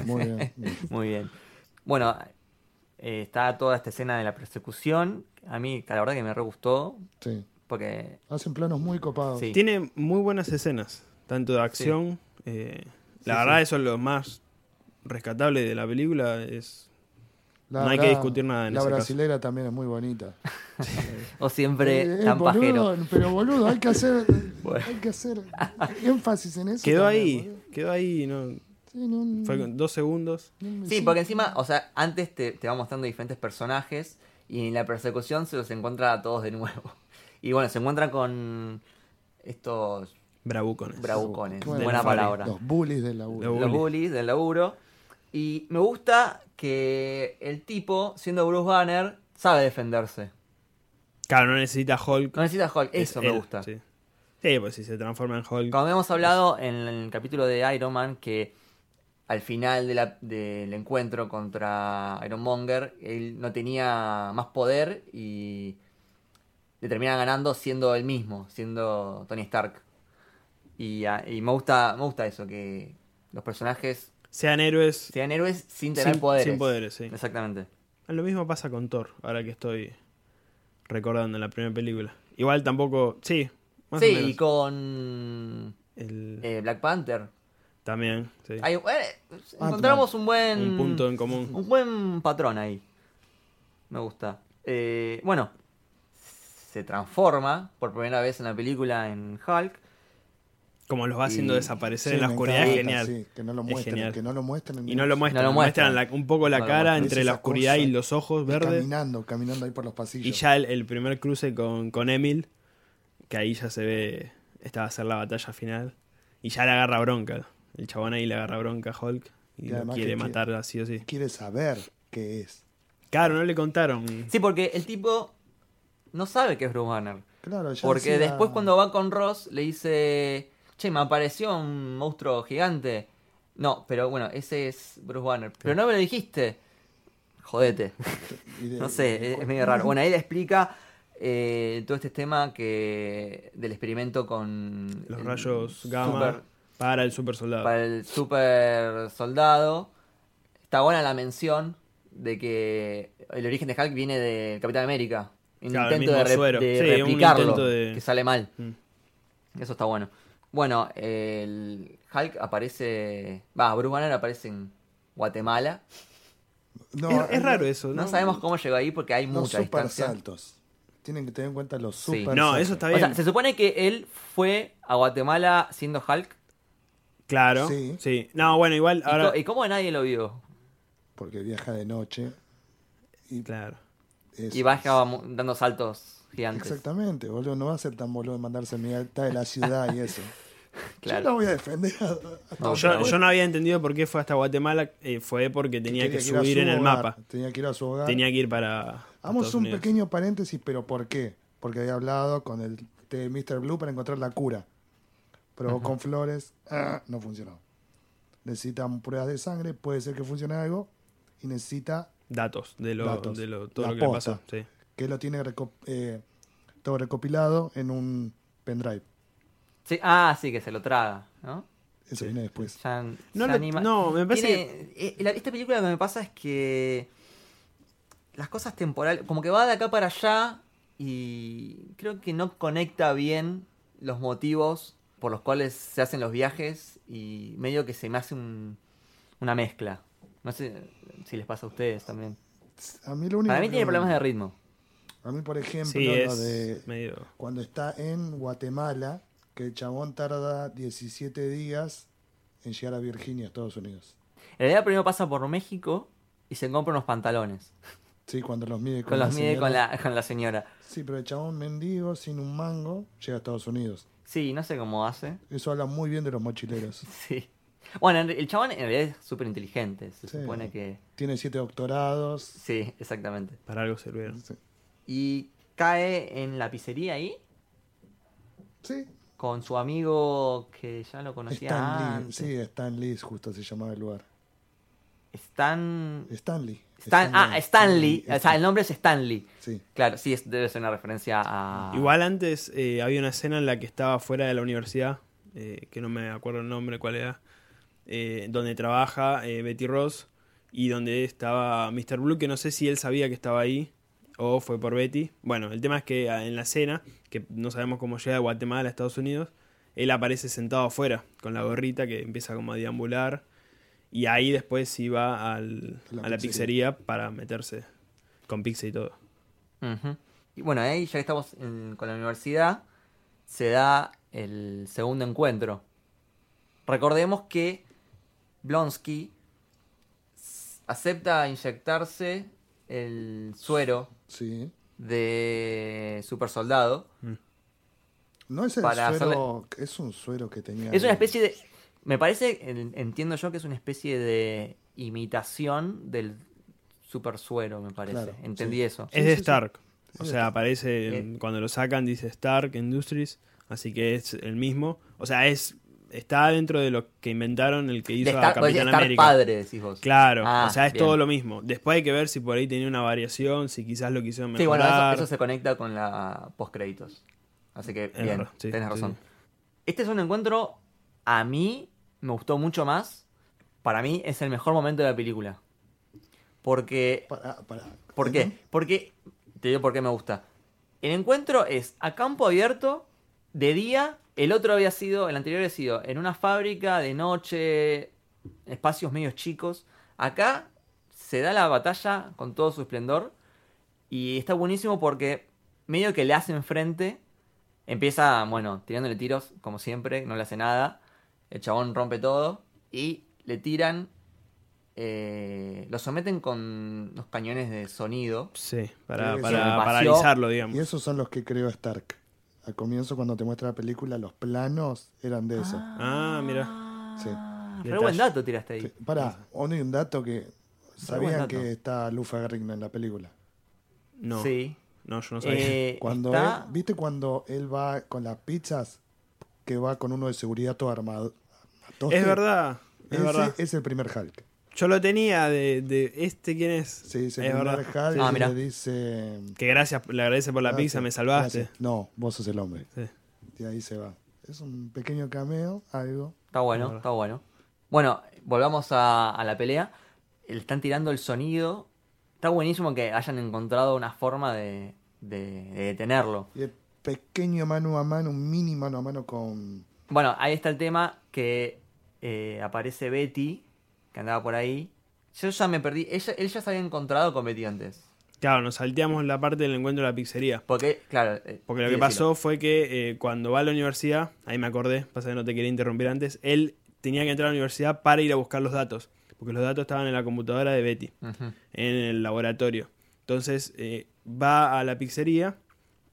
Speaker 3: Muy bien.
Speaker 1: Muy bien. Bueno, eh, está toda esta escena de la persecución. A mí, la verdad que me re gustó.
Speaker 3: Sí.
Speaker 1: Porque
Speaker 3: Hacen planos muy copados.
Speaker 1: Sí.
Speaker 2: Tiene muy buenas escenas, tanto de acción. eh, la
Speaker 1: Sí,
Speaker 2: verdad, eso es lo más rescatable de la película. Es
Speaker 3: La
Speaker 2: No hay que
Speaker 3: verdad,
Speaker 2: discutir nada en
Speaker 3: La
Speaker 2: ese caso.
Speaker 3: brasilera también es muy bonita.
Speaker 1: o siempre
Speaker 3: Eh, eh,
Speaker 1: tan pajero.
Speaker 3: boludo, pero boludo, hay que hacer,
Speaker 1: Bueno.
Speaker 3: hay que hacer énfasis en eso.
Speaker 2: quedó
Speaker 3: también,
Speaker 2: ahí,
Speaker 3: boludo.
Speaker 2: quedó ahí. No,
Speaker 3: Sí, en un-
Speaker 2: fue con dos segundos.
Speaker 3: en un-
Speaker 1: Sí, porque encima, o sea, antes te, te va mostrando diferentes personajes y en la persecución se los encuentra a todos de nuevo. Y bueno, se encuentran con estos
Speaker 2: Bravucones.
Speaker 1: bravucones.
Speaker 3: Qué
Speaker 1: buena
Speaker 2: Del
Speaker 1: palabra.
Speaker 3: Los bullies del laburo.
Speaker 2: Los
Speaker 1: los
Speaker 2: bullies.
Speaker 1: bullies del laburo. Y me gusta que el tipo, siendo Bruce Banner, sabe defenderse.
Speaker 2: Claro, no necesita Hulk.
Speaker 1: No necesita Hulk,
Speaker 2: es
Speaker 1: Ah, eso me
Speaker 2: él,
Speaker 1: gusta.
Speaker 2: Sí. Sí, pues si se transforma en Hulk.
Speaker 1: Como habíamos hablado en el capítulo de Iron Man, que al final de la- del encuentro contra Iron Monger, él no tenía más poder y le termina ganando siendo él mismo, siendo Tony Stark. Y, a- y me, gusta, me gusta eso, que los personajes
Speaker 2: Sean héroes.
Speaker 1: sean héroes sin tener
Speaker 2: Sin-
Speaker 1: poderes.
Speaker 2: sin poderes, sí.
Speaker 1: Exactamente.
Speaker 2: Lo mismo pasa con Thor, ahora que estoy recordando en la primera película. Igual tampoco. Sí, más o
Speaker 1: sí,
Speaker 2: menos.
Speaker 1: y con
Speaker 2: El-
Speaker 1: eh, Black Panther.
Speaker 2: También, sí. Ah,
Speaker 1: Hay- eh, encontramos un buen...
Speaker 2: Un punto en común.
Speaker 1: Un buen patrón ahí. Me gusta. Eh, bueno, se transforma por primera vez en la película en Hulk.
Speaker 2: Como los va haciendo
Speaker 1: Y-
Speaker 2: desaparecer
Speaker 3: Sí,
Speaker 2: en la
Speaker 3: me
Speaker 2: oscuridad, es
Speaker 3: encanta,
Speaker 2: genial.
Speaker 3: sí, que no lo
Speaker 2: Es
Speaker 3: muestren,
Speaker 2: genial.
Speaker 3: que no lo muestren.
Speaker 2: Y no lo muestran,
Speaker 1: No lo
Speaker 2: muestran,
Speaker 1: muestran.
Speaker 2: la- un poco la
Speaker 1: No lo
Speaker 2: cara
Speaker 1: muestran.
Speaker 2: entre
Speaker 3: Es
Speaker 2: la
Speaker 3: esa
Speaker 2: oscuridad
Speaker 3: cosa.
Speaker 2: y los ojos
Speaker 3: Y
Speaker 2: verdes.
Speaker 3: Caminando, caminando ahí por los
Speaker 2: Y
Speaker 3: pasillos.
Speaker 2: ya el, el primer cruce con, con Emil, que ahí ya se ve, esta va a ser la batalla final. Y ya le agarra bronca. El chabón ahí le agarra bronca a Hulk y,
Speaker 3: Y
Speaker 2: lo
Speaker 3: además
Speaker 2: quiere
Speaker 3: que-
Speaker 2: matar así o sí.
Speaker 3: Quiere saber qué es.
Speaker 2: Claro, no le contaron.
Speaker 1: Sí, porque el tipo no sabe que es Bruce Banner.
Speaker 3: Claro, ya
Speaker 1: Porque
Speaker 3: decía-
Speaker 1: después cuando va con Ross le dice, che, me apareció un monstruo gigante. No, pero bueno, ese es Bruce Banner. Pero no me lo dijiste. Jodete.
Speaker 3: y de-
Speaker 1: No sé, es, es medio raro. Bueno, ahí le explica eh, todo este tema que del experimento con
Speaker 2: Los
Speaker 1: el
Speaker 2: rayos gamma
Speaker 1: super-
Speaker 2: para el super soldado.
Speaker 1: Mm, para el super soldado. Está buena la mención de que el origen de Hulk viene del Capitán América. Un
Speaker 2: Claro, el
Speaker 1: intento de,
Speaker 2: mismo
Speaker 1: re-
Speaker 2: suero.
Speaker 1: de
Speaker 2: Sí, un
Speaker 1: replicarlo,
Speaker 2: intento de-
Speaker 1: que sale mal.
Speaker 2: Mm.
Speaker 1: Eso está bueno. Bueno, el Hulk aparece... Va, Bruce Banner aparece en Guatemala.
Speaker 3: No,
Speaker 2: es, es raro eso,
Speaker 1: No,
Speaker 2: ¿no?
Speaker 1: sabemos cómo llegó ahí porque hay
Speaker 3: Los
Speaker 1: mucha
Speaker 3: super
Speaker 1: distancia.
Speaker 3: saltos. Tienen que tener en cuenta los
Speaker 1: Sí.
Speaker 3: super
Speaker 2: No,
Speaker 3: saltos.
Speaker 2: eso está
Speaker 1: O
Speaker 2: bien.
Speaker 1: sea, se supone que él fue a Guatemala siendo Hulk.
Speaker 2: Claro.
Speaker 3: Sí.
Speaker 2: Sí. No, bueno, igual
Speaker 1: ¿Y,
Speaker 2: ahora.
Speaker 1: co- y cómo nadie lo vio?
Speaker 3: Porque viaja de noche. Y
Speaker 2: Claro.
Speaker 3: es-
Speaker 1: Y baja mu- dando saltos gigantes.
Speaker 3: Exactamente, boludo. No va a ser tan boludo de mandarse a mi alta de la ciudad y eso.
Speaker 1: Claro.
Speaker 3: Yo no voy a defender a, a
Speaker 1: No,
Speaker 2: Yo,
Speaker 1: claro.
Speaker 2: yo no había entendido por qué fue hasta Guatemala. eh, fue porque tenía que,
Speaker 3: ir a
Speaker 2: subir
Speaker 3: su
Speaker 2: en el
Speaker 3: hogar,
Speaker 2: mapa.
Speaker 3: Tenía que ir a su hogar.
Speaker 2: Tenía que ir para.
Speaker 3: Hagamos
Speaker 2: Estados
Speaker 3: un
Speaker 2: Unidos.
Speaker 3: pequeño paréntesis, pero ¿por qué? Porque había hablado con el de Mr. Blue para encontrar la cura. Probó con flores, ah, no funcionó. Necesitan pruebas de sangre, puede ser que funcione algo. Y necesita
Speaker 2: Datos de lo,
Speaker 3: Datos.
Speaker 2: De lo, todo
Speaker 3: La
Speaker 2: lo que le
Speaker 3: posta.
Speaker 2: pasó. Sí.
Speaker 3: que lo tiene reco- eh, todo recopilado en un pendrive.
Speaker 1: Sí, ah, sí, que se lo traga, ¿no?
Speaker 3: Eso viene después.
Speaker 1: Ya-
Speaker 2: No
Speaker 1: ya
Speaker 2: lo-
Speaker 1: ni ma-
Speaker 2: no, me parece
Speaker 1: Tiene- eh, la- esta película lo que me pasa es que las cosas temporales, como que va de acá para allá y creo que no conecta bien los motivos por los cuales se hacen los viajes y medio que se me hace un- una mezcla. No sé si les pasa a ustedes también.
Speaker 3: A mí lo único
Speaker 1: Para mí
Speaker 3: que-
Speaker 1: tiene problemas de ritmo.
Speaker 3: A mí, por ejemplo,
Speaker 2: Sí,
Speaker 3: lo
Speaker 2: es
Speaker 3: de
Speaker 2: medio.
Speaker 3: cuando está en Guatemala, que el chabón tarda 17 días en llegar a Virginia, Estados Unidos.
Speaker 1: En realidad primero pasa por México y se compra unos pantalones.
Speaker 3: Sí, cuando los mide con,
Speaker 1: Con
Speaker 3: la
Speaker 1: los mide
Speaker 3: señora.
Speaker 1: con la, con la señora.
Speaker 3: Sí, pero el chabón mendigo, sin un mango, llega a Estados Unidos.
Speaker 1: Sí, no sé cómo hace.
Speaker 3: Eso habla muy bien de los mochileros.
Speaker 1: Sí. Bueno, en- el chabón en realidad es súper inteligente. Se
Speaker 3: Sí.
Speaker 1: supone que.
Speaker 3: Tiene siete doctorados.
Speaker 1: Sí, exactamente.
Speaker 2: Para algo sirvieron.
Speaker 3: Sí.
Speaker 1: Y cae en la pizzería ahí.
Speaker 3: Sí,
Speaker 1: con su amigo que ya lo conocía
Speaker 3: Stan Lee.
Speaker 1: antes.
Speaker 3: Sí, Stan Lee justo se llamaba el lugar.
Speaker 1: Stan...
Speaker 3: Stanley.
Speaker 1: Stan- Ah, Stanley. O sea,
Speaker 3: Stan-
Speaker 1: el nombre es Stanley.
Speaker 3: Sí.
Speaker 1: Claro, sí, es- debe ser una referencia a...
Speaker 2: Igual antes eh, había una escena en la que estaba fuera de la universidad, eh, que no me acuerdo el nombre, cuál era, eh, donde trabaja eh, Betty Ross y donde estaba Mr. Blue, que no sé si él sabía que estaba ahí o fue por Betty. Bueno, el tema es que ah, en la escena, que no sabemos cómo llega de Guatemala a Estados Unidos, él aparece sentado afuera con la gorrita que empieza como a deambular y ahí después iba al-
Speaker 3: La
Speaker 2: a la
Speaker 3: pizzería.
Speaker 2: pizzería para meterse con pizza y todo.
Speaker 1: Ujú. Y bueno, ahí ya que estamos en- con la universidad, se da el segundo encuentro. Recordemos que Blonsky s- acepta inyectarse el suero
Speaker 3: Sí.
Speaker 1: de super soldado.
Speaker 3: No es el
Speaker 1: Para
Speaker 3: suero. Es un suero que tenía.
Speaker 1: Es una especie de... Me parece, en- entiendo yo que es una especie de imitación del super suero, me parece.
Speaker 3: Claro,
Speaker 1: Entendí
Speaker 3: sí.
Speaker 1: eso.
Speaker 2: Es
Speaker 3: Sí,
Speaker 2: de
Speaker 3: sí, sí.
Speaker 2: Stark.
Speaker 3: Es
Speaker 2: O
Speaker 3: de
Speaker 2: sea,
Speaker 3: Stark.
Speaker 2: aparece en-
Speaker 1: Eh.
Speaker 2: cuando lo sacan, dice Stark Industries. Así que es el mismo. O sea, es está dentro de lo que inventaron el que
Speaker 1: De
Speaker 2: hizo a
Speaker 1: estar, vos decís
Speaker 2: Capitán
Speaker 1: estar
Speaker 2: América.
Speaker 1: padre, decís vos.
Speaker 2: Claro,
Speaker 1: Ah,
Speaker 2: o sea, es
Speaker 1: bien.
Speaker 2: todo lo mismo. Después hay que ver si por ahí tenía una variación, si quizás lo quisieron
Speaker 1: Sí, bueno, eso,
Speaker 2: mejorar.
Speaker 1: eso se conecta con la postcréditos. Así que,
Speaker 2: Es
Speaker 1: bien,
Speaker 2: verdad, sí,
Speaker 1: tenés
Speaker 2: sí,
Speaker 1: razón.
Speaker 2: sí.
Speaker 1: Este es un encuentro, a mí, me gustó mucho más. Para mí es el mejor momento de la película. Porque
Speaker 3: Pará, pará.
Speaker 1: ¿Por qué? Porque, te digo por qué me gusta. El encuentro es a campo abierto, de día, el otro había sido, el anterior había sido en una fábrica, de noche, espacios medios chicos. Acá se da la batalla con todo su esplendor y está buenísimo porque medio que le hacen frente, empieza, bueno, tirándole tiros, como siempre, no le hace nada, el chabón rompe todo y le tiran, eh, lo someten con los cañones de sonido.
Speaker 2: Sí, para,
Speaker 1: Eh,
Speaker 3: Sí,
Speaker 2: para
Speaker 1: sí.
Speaker 2: paralizarlo,
Speaker 3: Y
Speaker 2: digamos.
Speaker 3: esos son los que creó Stark. Al comienzo, cuando te muestra la película, los planos eran de eso.
Speaker 2: Ah, mira.
Speaker 3: Sí.
Speaker 1: Pero buen
Speaker 2: Detalle.
Speaker 1: dato tiraste ahí.
Speaker 3: Sí, Pará, uno y un dato que. Sabían
Speaker 1: dato.
Speaker 3: que está Lufa Garrigna en la película.
Speaker 2: No,
Speaker 1: Sí.
Speaker 2: no, yo no sabía.
Speaker 1: Eh,
Speaker 3: Cuando
Speaker 1: está-
Speaker 3: él- ¿Viste cuando él va con las pizzas? Que va con uno de seguridad todo armado. Matoste.
Speaker 2: es verdad, es
Speaker 3: Ese
Speaker 2: verdad.
Speaker 3: es el primer Hulk.
Speaker 2: Yo lo tenía de, de este, ¿quién es?
Speaker 3: Sí, es el
Speaker 2: es
Speaker 3: primer
Speaker 2: verdad.
Speaker 3: Hulk
Speaker 1: Ah,
Speaker 3: que
Speaker 1: mirá.
Speaker 3: le dice.
Speaker 2: Que gracias, le agradece por la pizza, me salvaste.
Speaker 3: Gracias. No, vos sos el hombre.
Speaker 2: Sí.
Speaker 3: Y ahí se va. Es un pequeño cameo, algo.
Speaker 1: Está bueno, está bueno. Bueno, volvamos a, a la pelea. Le están tirando el sonido. Está buenísimo que hayan encontrado una forma de, de- de detenerlo.
Speaker 3: Y el pequeño mano a mano, un mini mano a mano con.
Speaker 1: Bueno, ahí está el tema que eh, aparece Betty, que andaba por ahí. Yo ya me perdí. Ella, él ya se había encontrado con Betty antes.
Speaker 2: Claro, nos salteamos la parte del encuentro de la pizzería.
Speaker 1: Porque, claro. eh,
Speaker 2: Porque lo
Speaker 1: sí, decilo.
Speaker 2: que pasó fue que eh, cuando va a la universidad, ahí me acordé, pasa que no te quería interrumpir antes, él tenía que entrar a la universidad para ir a buscar los datos, porque los datos estaban en la computadora de Betty,
Speaker 1: Ujú.
Speaker 2: en el laboratorio. Entonces eh, va a la pizzería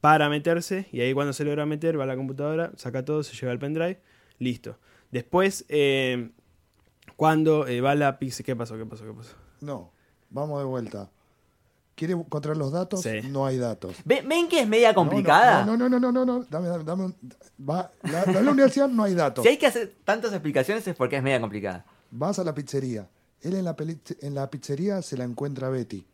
Speaker 2: para meterse, y ahí cuando se logra meter, va a la computadora, saca todo, se lleva el pendrive, listo. Después, eh, cuando eh, va a la pizzería, ¿qué pasó? ¿Qué pasó? ¿Qué pasó?
Speaker 3: No, vamos de vuelta. ¿Quiere encontrar los datos?
Speaker 2: Sí.
Speaker 3: No hay datos.
Speaker 1: Ve- ¿Ven que es media
Speaker 3: No, no,
Speaker 1: complicada?
Speaker 3: No, no, no, no, no, no. Dame, dame, dame un- Va, la, la- la universidad no hay datos.
Speaker 1: Si hay que hacer tantas explicaciones es porque es media complicada.
Speaker 3: Vas a la pizzería. Él en la, peli- en la pizzería se la encuentra a Betty.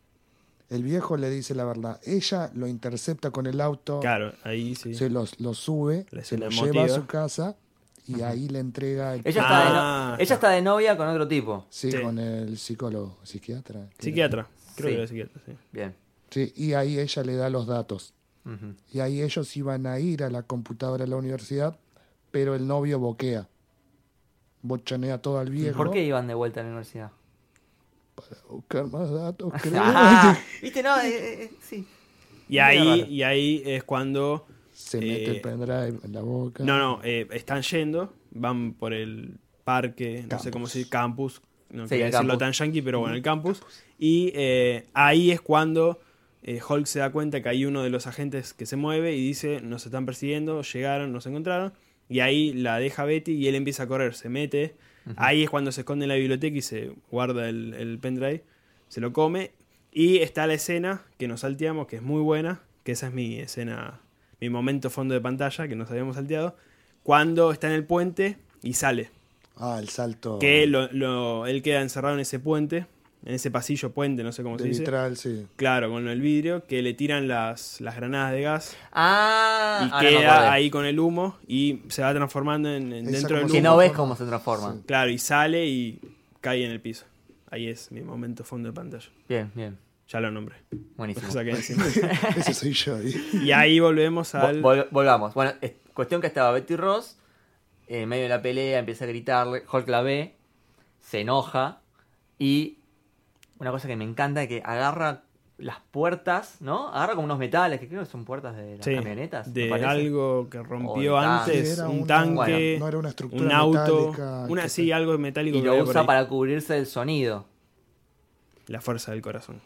Speaker 3: El viejo le dice la verdad. Ella lo intercepta con el
Speaker 1: Oh.
Speaker 3: auto,
Speaker 2: Claro, ahí sí.
Speaker 3: se los, lo sube,
Speaker 2: La
Speaker 3: se
Speaker 2: escena
Speaker 3: lo lleva a
Speaker 2: emotiva.
Speaker 3: su casa y ahí le entrega el...
Speaker 1: Ella,
Speaker 2: Ah,
Speaker 1: está, de no- ella
Speaker 2: está.
Speaker 1: está de novia con otro tipo.
Speaker 3: Sí,
Speaker 2: Sí.
Speaker 3: con el psicólogo, psiquiatra.
Speaker 2: Psiquiatra, creo
Speaker 1: Sí.
Speaker 2: que era psiquiatra, sí.
Speaker 1: Bien.
Speaker 3: Sí, y ahí ella le da los datos.
Speaker 1: Ujú.
Speaker 3: Y ahí ellos iban a ir a la computadora de la universidad, pero el novio boquea. Bochonea todo al viejo.
Speaker 1: ¿Por qué iban de vuelta a la universidad?
Speaker 3: Buscar más datos, creo.
Speaker 1: Ah, ¿Viste? No, eh, eh, sí.
Speaker 2: Y
Speaker 1: Mira,
Speaker 2: ahí,
Speaker 1: raro.
Speaker 2: y ahí es cuando.
Speaker 3: Se mete
Speaker 2: Eh,
Speaker 3: el pendrive en la boca.
Speaker 2: No, no, eh, están yendo, van por el parque, no sé
Speaker 3: Campus.
Speaker 2: cómo decir, campus. No
Speaker 1: Sí,
Speaker 2: quería
Speaker 1: el
Speaker 2: decirlo
Speaker 1: campus.
Speaker 2: tan yankee, pero bueno, el campus. Y eh, ahí es cuando eh, Hulk se da cuenta que hay uno de los agentes que se mueve y dice: Nos están persiguiendo, llegaron, nos encontraron. Y ahí la deja Betty y él empieza a correr, se mete. Ahí es cuando se esconde en la biblioteca y se guarda el, el pendrive, se lo come. Y está la escena que nos salteamos, que es muy buena, que esa es mi escena, mi momento fondo de pantalla, que nos habíamos salteado, cuando está en el puente y sale.
Speaker 3: Ah, el salto.
Speaker 2: Que lo- lo- él queda encerrado en ese puente, en ese pasillo puente, no sé cómo
Speaker 3: de
Speaker 2: se dice.
Speaker 3: vitral, sí.
Speaker 2: Claro, con el vidrio, que le tiran las, las granadas de gas y
Speaker 1: Ah, ahora me acordé.
Speaker 2: queda ahí con el humo y se va transformando en, en
Speaker 3: Esa
Speaker 2: dentro del
Speaker 3: como
Speaker 2: humo.
Speaker 1: Que
Speaker 3: se
Speaker 1: no ves cómo se transforma.
Speaker 3: Sí.
Speaker 2: Claro, y sale y cae en el piso. Ahí es mi momento fondo de pantalla.
Speaker 1: Bien, bien.
Speaker 2: Ya lo nombré. pues
Speaker 1: Buenísimo.
Speaker 2: Lo saqué encima.
Speaker 3: Ese soy yo ahí.
Speaker 2: y ahí volvemos
Speaker 1: Vol-
Speaker 2: al...
Speaker 1: vol- volvamos. Bueno, es- cuestión que estaba Betty Ross en medio de la pelea, empieza a gritarle, Hulk la ve, se enoja y una cosa que me encanta es que agarra las puertas, ¿no? Agarra como unos metales, que creo que son puertas de las
Speaker 2: Sí,
Speaker 1: camionetas. me
Speaker 2: de
Speaker 1: parece.
Speaker 2: algo que rompió
Speaker 1: O de tanques.
Speaker 2: antes,
Speaker 3: Era
Speaker 2: un
Speaker 3: una-
Speaker 2: tanque,
Speaker 3: no era una estructura
Speaker 2: un auto,
Speaker 3: metálica
Speaker 2: una
Speaker 3: que
Speaker 2: sí,
Speaker 3: se-
Speaker 2: algo metálico
Speaker 1: Y
Speaker 2: que
Speaker 1: lo
Speaker 2: había por
Speaker 1: usa
Speaker 2: ahí.
Speaker 1: para cubrirse del sonido.
Speaker 2: la fuerza del corazón.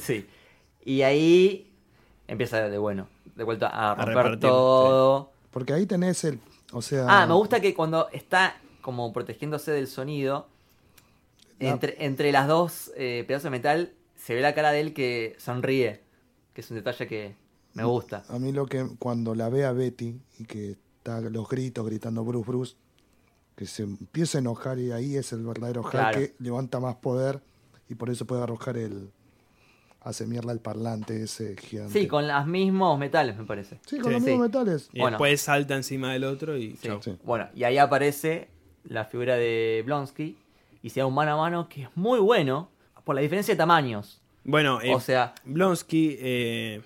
Speaker 1: sí. Y ahí empieza de bueno, de vuelta a romper
Speaker 2: repartir,
Speaker 1: todo.
Speaker 3: Porque ahí tenés el. O sea.
Speaker 1: Ah, me gusta que cuando está como protegiéndose del sonido,
Speaker 3: La-
Speaker 1: entre, entre las dos eh, pedazos de metal se ve la cara de él que sonríe, que es un detalle que me gusta.
Speaker 3: A mí lo que cuando la ve a Betty y que está los gritos gritando Bruce Bruce, que se empieza a enojar y ahí es el verdadero Hulk
Speaker 1: Claro.
Speaker 3: que levanta más poder y por eso puede arrojar el hace mierda el parlante ese gigante.
Speaker 1: Sí, con los mismos metales, me parece.
Speaker 3: Sí, con
Speaker 2: Sí,
Speaker 3: los
Speaker 1: sí.
Speaker 3: mismos metales.
Speaker 2: Y
Speaker 1: Bueno.
Speaker 2: después salta encima del otro y
Speaker 1: Sí.
Speaker 2: chau.
Speaker 3: Sí.
Speaker 1: Bueno, y ahí aparece la figura de Blonsky y se da un mano a mano que es muy bueno por la diferencia de tamaños.
Speaker 2: Bueno, eh,
Speaker 1: O sea,
Speaker 2: Blonsky eh,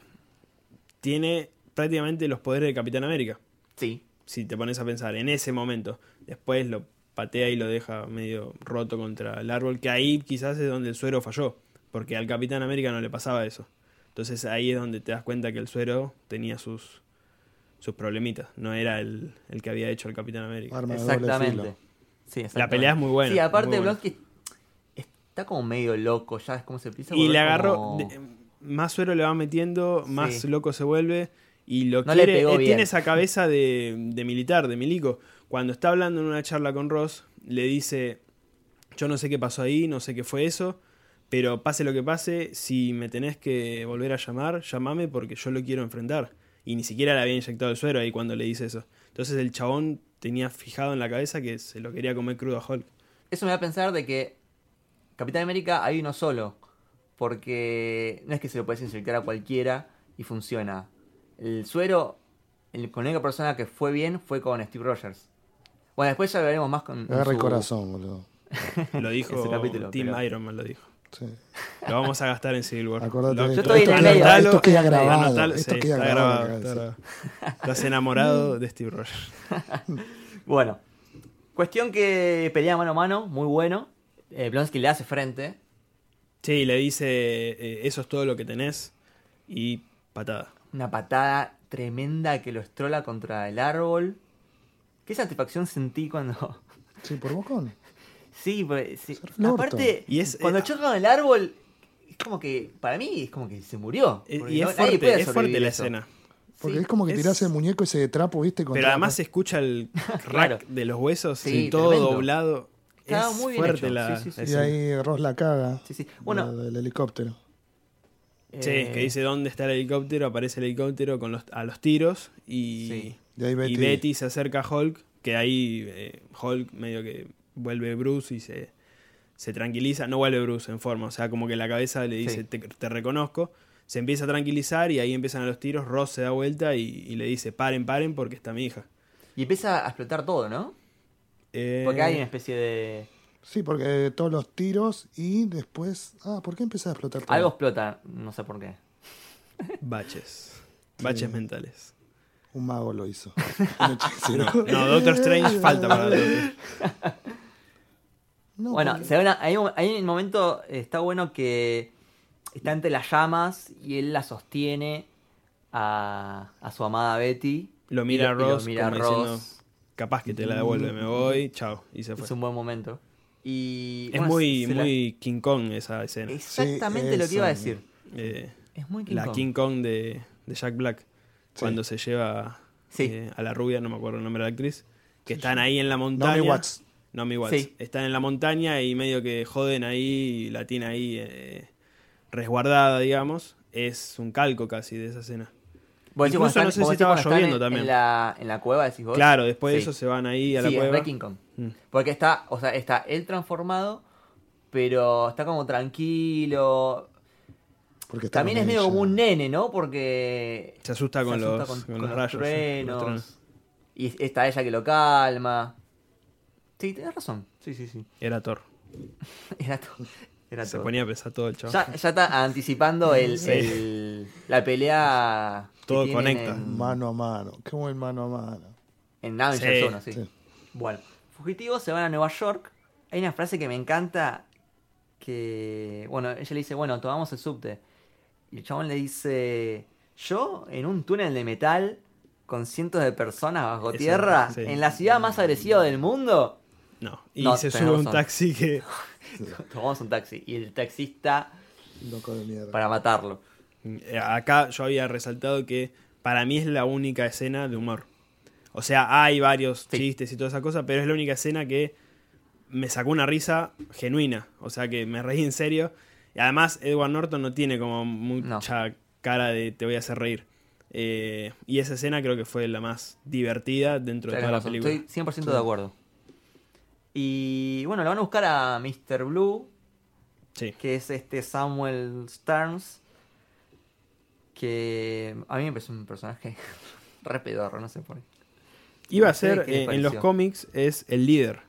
Speaker 2: tiene prácticamente los poderes de Capitán América,
Speaker 1: sí,
Speaker 2: si te pones a pensar, en ese momento. Después lo patea y lo deja medio roto contra el árbol, que ahí quizás es donde el suero falló, porque al Capitán América no le pasaba eso. Entonces ahí es donde te das cuenta que el suero tenía sus, sus problemitas, no era el, el que había hecho el Capitán América.
Speaker 3: Arma de doble
Speaker 1: Exactamente.
Speaker 3: filo.
Speaker 1: Sí, exactamente.
Speaker 2: La pelea es muy buena.
Speaker 1: Sí, aparte
Speaker 2: muy buena.
Speaker 1: Blonsky está como medio loco, ya es como se empieza a
Speaker 2: Y
Speaker 1: volver
Speaker 2: le agarró.
Speaker 1: como-
Speaker 2: de- em, más suero le va metiendo, más
Speaker 1: Sí.
Speaker 2: loco se vuelve. Y lo
Speaker 1: No le
Speaker 2: quiere.
Speaker 1: pegó
Speaker 2: eh,
Speaker 1: bien.
Speaker 2: tiene esa cabeza de, de militar, de milico. Cuando está hablando en una charla con Ross, le dice: Yo no sé qué pasó ahí, no sé qué fue eso. Pero pase lo que pase, si me tenés que volver a llamar, llamame porque yo lo quiero enfrentar. Y ni siquiera le había inyectado el suero ahí cuando le dice eso. Entonces el chabón tenía fijado en la cabeza que se lo quería comer crudo a Hulk.
Speaker 1: Eso me da a pensar de que Capitán América hay uno solo. Porque no es que se lo puedes inyectar a cualquiera y funciona. El suero, el, con la única persona que fue bien fue con Steve Rogers. Bueno, después ya veremos más con. en
Speaker 3: Agarra el
Speaker 1: su-
Speaker 3: corazón, boludo.
Speaker 2: Lo dijo
Speaker 1: Ese capítulo,
Speaker 2: Team
Speaker 1: pero-
Speaker 2: Iron Man, lo dijo.
Speaker 3: Sí.
Speaker 2: Lo vamos a gastar en Civil War.
Speaker 3: Acordate
Speaker 2: Lo-
Speaker 3: de
Speaker 1: Yo estoy en el medio.
Speaker 2: anotalo,
Speaker 1: Esto
Speaker 3: queda grabado,
Speaker 2: anotalo,
Speaker 3: esto
Speaker 2: sí,
Speaker 3: queda
Speaker 2: está
Speaker 3: grabado
Speaker 2: grabado,
Speaker 3: en la
Speaker 2: está
Speaker 3: cabeza.
Speaker 2: grabado. Estás enamorado de Steve Rogers.
Speaker 1: Bueno, cuestión que pelea mano a mano, muy bueno. Eh, Blonsky le hace frente.
Speaker 2: Sí, le dice, eh, eso es todo lo que tenés y patada.
Speaker 1: Una patada tremenda que lo estrola contra el árbol. Qué satisfacción sentí cuando.
Speaker 3: Sí, por bocón.
Speaker 1: Sí, pues, sí.
Speaker 3: re orto.
Speaker 1: aparte,
Speaker 2: Y es-
Speaker 1: cuando
Speaker 2: eh,
Speaker 1: choca con el árbol, es como que, para mí, es como que se murió.
Speaker 2: Eh,
Speaker 1: porque
Speaker 2: Y
Speaker 1: no-
Speaker 2: es
Speaker 1: nadie puede
Speaker 2: fuerte, es fuerte
Speaker 1: sobrevivir
Speaker 2: la
Speaker 1: eso.
Speaker 2: escena.
Speaker 3: Porque
Speaker 1: Sí,
Speaker 3: es como que
Speaker 2: es-
Speaker 3: tirás el muñeco ese de trapo, ¿viste? Con
Speaker 2: Pero
Speaker 3: la-
Speaker 2: además se escucha el crack
Speaker 1: Claro.
Speaker 2: de los huesos,
Speaker 1: Sí,
Speaker 2: y todo
Speaker 1: tremendo.
Speaker 2: doblado.
Speaker 1: Está
Speaker 2: es
Speaker 1: muy bien
Speaker 2: fuerte
Speaker 1: hecho,
Speaker 2: la
Speaker 1: sí, sí, sí.
Speaker 3: Y
Speaker 2: escena.
Speaker 3: ahí Ross la caga.
Speaker 1: Sí, sí. Bueno,
Speaker 3: la del helicóptero.
Speaker 2: Sí,
Speaker 1: eh,
Speaker 2: que dice dónde está el helicóptero, aparece el helicóptero con los, a los tiros y,
Speaker 1: Sí.
Speaker 3: Y ahí Betty.
Speaker 2: y Betty se acerca a Hulk, que ahí eh, Hulk medio que vuelve Bruce y se, se tranquiliza, no vuelve Bruce en forma, o sea, como que la cabeza le dice,
Speaker 1: Sí.
Speaker 2: te, te reconozco, se empieza a tranquilizar y ahí empiezan los tiros, Ross se da vuelta y, y le dice, paren, paren porque está mi hija.
Speaker 1: Y empieza a explotar todo, ¿no?
Speaker 2: Eh,
Speaker 1: Porque hay una especie de.
Speaker 3: Sí, porque eh, todos los tiros y después. Ah, ¿por qué empieza a explotar todo?
Speaker 1: Algo explota, no sé por qué.
Speaker 2: Baches, baches mentales.
Speaker 3: Un mago lo hizo. Eh, Un hechicero.
Speaker 2: No, no, Doctor Strange falta para Doctor Strange.
Speaker 3: No,
Speaker 1: bueno,
Speaker 3: porque-
Speaker 1: se ve una- hay, un, hay un momento, eh, está bueno que está entre las llamas y él la sostiene a, a su amada Betty.
Speaker 2: Lo
Speaker 1: Y
Speaker 2: mira
Speaker 1: y
Speaker 2: Ross
Speaker 1: mira
Speaker 2: como
Speaker 1: Ross.
Speaker 2: diciendo, capaz que te la devuelve, me voy, chao, y se fue.
Speaker 1: Es un buen momento. Y.
Speaker 2: Es
Speaker 1: bueno,
Speaker 2: muy,
Speaker 1: se la-
Speaker 2: muy King Kong esa escena.
Speaker 1: Exactamente lo que
Speaker 3: eso.
Speaker 1: iba a decir.
Speaker 2: Eh,
Speaker 1: Es muy King
Speaker 2: la
Speaker 1: Kong.
Speaker 2: King Kong de, de Jack Black. Cuando se lleva
Speaker 1: Sí.
Speaker 2: eh, a la rubia, no me acuerdo el nombre de la actriz. Que están ahí en la montaña.
Speaker 3: Naomi Watts.
Speaker 2: Naomi Watts.
Speaker 1: Sí.
Speaker 2: Están en la montaña y medio que joden ahí, y la tiene ahí eh, resguardada, digamos. Es un calco casi de esa escena.
Speaker 1: Vos decís,
Speaker 2: Incluso
Speaker 1: cuando están-
Speaker 2: no sé
Speaker 1: vos
Speaker 2: si
Speaker 1: decís cuando
Speaker 2: estaba
Speaker 1: están
Speaker 2: lloviendo
Speaker 1: en-
Speaker 2: también.
Speaker 1: En la, en la cueva, decís vos.
Speaker 2: Claro, después de
Speaker 1: Sí.
Speaker 2: eso se van ahí a
Speaker 1: sí,
Speaker 2: la
Speaker 1: es
Speaker 2: cueva.
Speaker 1: re King Kong.
Speaker 2: Mm.
Speaker 1: Porque está, o sea, está él transformado, pero está como tranquilo.
Speaker 3: Porque está
Speaker 1: También
Speaker 3: con
Speaker 1: es medio
Speaker 3: ella.
Speaker 1: como un nene, ¿no? Porque
Speaker 2: Se asusta con los- con los rayos, sí, con los
Speaker 1: truenos.
Speaker 2: truenos.
Speaker 1: Y está ella que lo calma. Sí, tenés razón. Sí, sí, sí.
Speaker 2: Era Thor.
Speaker 1: Era todo. Era
Speaker 2: Se
Speaker 1: todo.
Speaker 2: ponía a pesar todo el chavo.
Speaker 1: Ya, ya está anticipando el, el- la pelea. que
Speaker 2: Todo
Speaker 1: tienen
Speaker 2: conecta.
Speaker 1: En,
Speaker 3: Mano a mano. Qué buen mano a mano.
Speaker 1: en Avengers
Speaker 2: Sí,
Speaker 1: 1, sí.
Speaker 3: sí.
Speaker 1: Bueno, fugitivos se van a Nueva York. Hay una frase que me encanta. Que. Bueno, ella le dice: Bueno, tomamos el subte. Y el chabón le dice: Yo, en un túnel de metal, con cientos de personas bajo
Speaker 2: Eso,
Speaker 1: tierra,
Speaker 2: sí.
Speaker 1: en la ciudad más agresiva del mundo,
Speaker 2: No. Y
Speaker 1: No,
Speaker 2: se
Speaker 1: tenés
Speaker 2: sube a un
Speaker 1: razón.
Speaker 2: taxi que.
Speaker 1: tomamos un taxi. Y el taxista
Speaker 3: Loco de mierda.
Speaker 1: para matarlo.
Speaker 2: Eh, Acá yo había resaltado que para mí es la única escena de humor. O sea, hay varios
Speaker 1: Sí.
Speaker 2: chistes y toda esa cosa, pero es la única escena que me sacó una risa genuina. O sea, que me reí en serio. Y además, Edward Norton no tiene como mucha cara de te voy a hacer reír. Eh, y esa escena creo que fue la más divertida dentro de
Speaker 1: Tenés
Speaker 2: toda la
Speaker 1: razón,
Speaker 2: película.
Speaker 1: Estoy 100% de acuerdo. Y bueno, lo van a buscar a Mr. Blue,
Speaker 2: Sí.
Speaker 1: que es este Samuel Stearns, que a mí me parece un personaje re pedorro, no sé por qué.
Speaker 2: Iba a
Speaker 1: No sé
Speaker 2: ser,
Speaker 1: qué les
Speaker 2: eh, en los
Speaker 1: pareció. Mm.
Speaker 2: cómics, es el líder,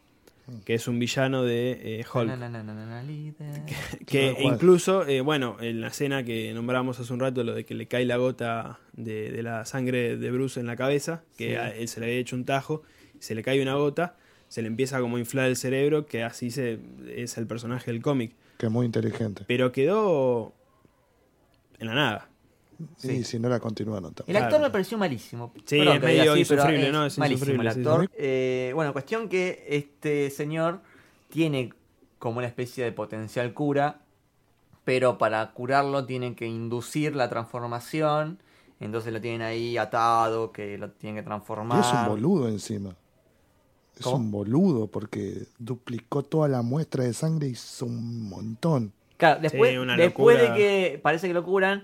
Speaker 2: que es un villano de eh, Hulk.
Speaker 1: Na, na, na, na, na, na, líder.
Speaker 2: Que
Speaker 3: Tal cual.
Speaker 2: incluso, eh, bueno, en la escena que nombramos hace un rato, lo de que le cae la gota de, de la sangre de Bruce en la cabeza, que
Speaker 1: Sí.
Speaker 2: a él se le había hecho un tajo, se le cae una gota, se le empieza como a inflar el cerebro, que así se, es el personaje del cómic.
Speaker 3: Que es muy inteligente.
Speaker 2: Pero quedó en la nada.
Speaker 1: Sí.
Speaker 3: Y si no la continuaron
Speaker 1: El
Speaker 3: tampoco.
Speaker 1: actor
Speaker 2: Claro.
Speaker 1: me pareció malísimo.
Speaker 2: Sí,
Speaker 1: Perdón
Speaker 2: es
Speaker 1: que diga
Speaker 2: medio
Speaker 1: así, pero
Speaker 2: insufrible, ¿no? Es
Speaker 1: malísimo el
Speaker 2: insufrible, sí,
Speaker 1: actor.
Speaker 2: sí.
Speaker 1: Eh, bueno, cuestión que este señor tiene como una especie de potencial cura, pero para curarlo tienen que inducir la transformación. Entonces lo tienen ahí atado, que lo tienen que
Speaker 3: Y
Speaker 1: transformar.
Speaker 3: es un boludo encima. Es
Speaker 1: ¿Cómo?
Speaker 3: un boludo porque duplicó toda la muestra de sangre y hizo un montón.
Speaker 1: Claro, después,
Speaker 2: Sí, una
Speaker 1: después de
Speaker 2: locura.
Speaker 1: que parece que lo curan,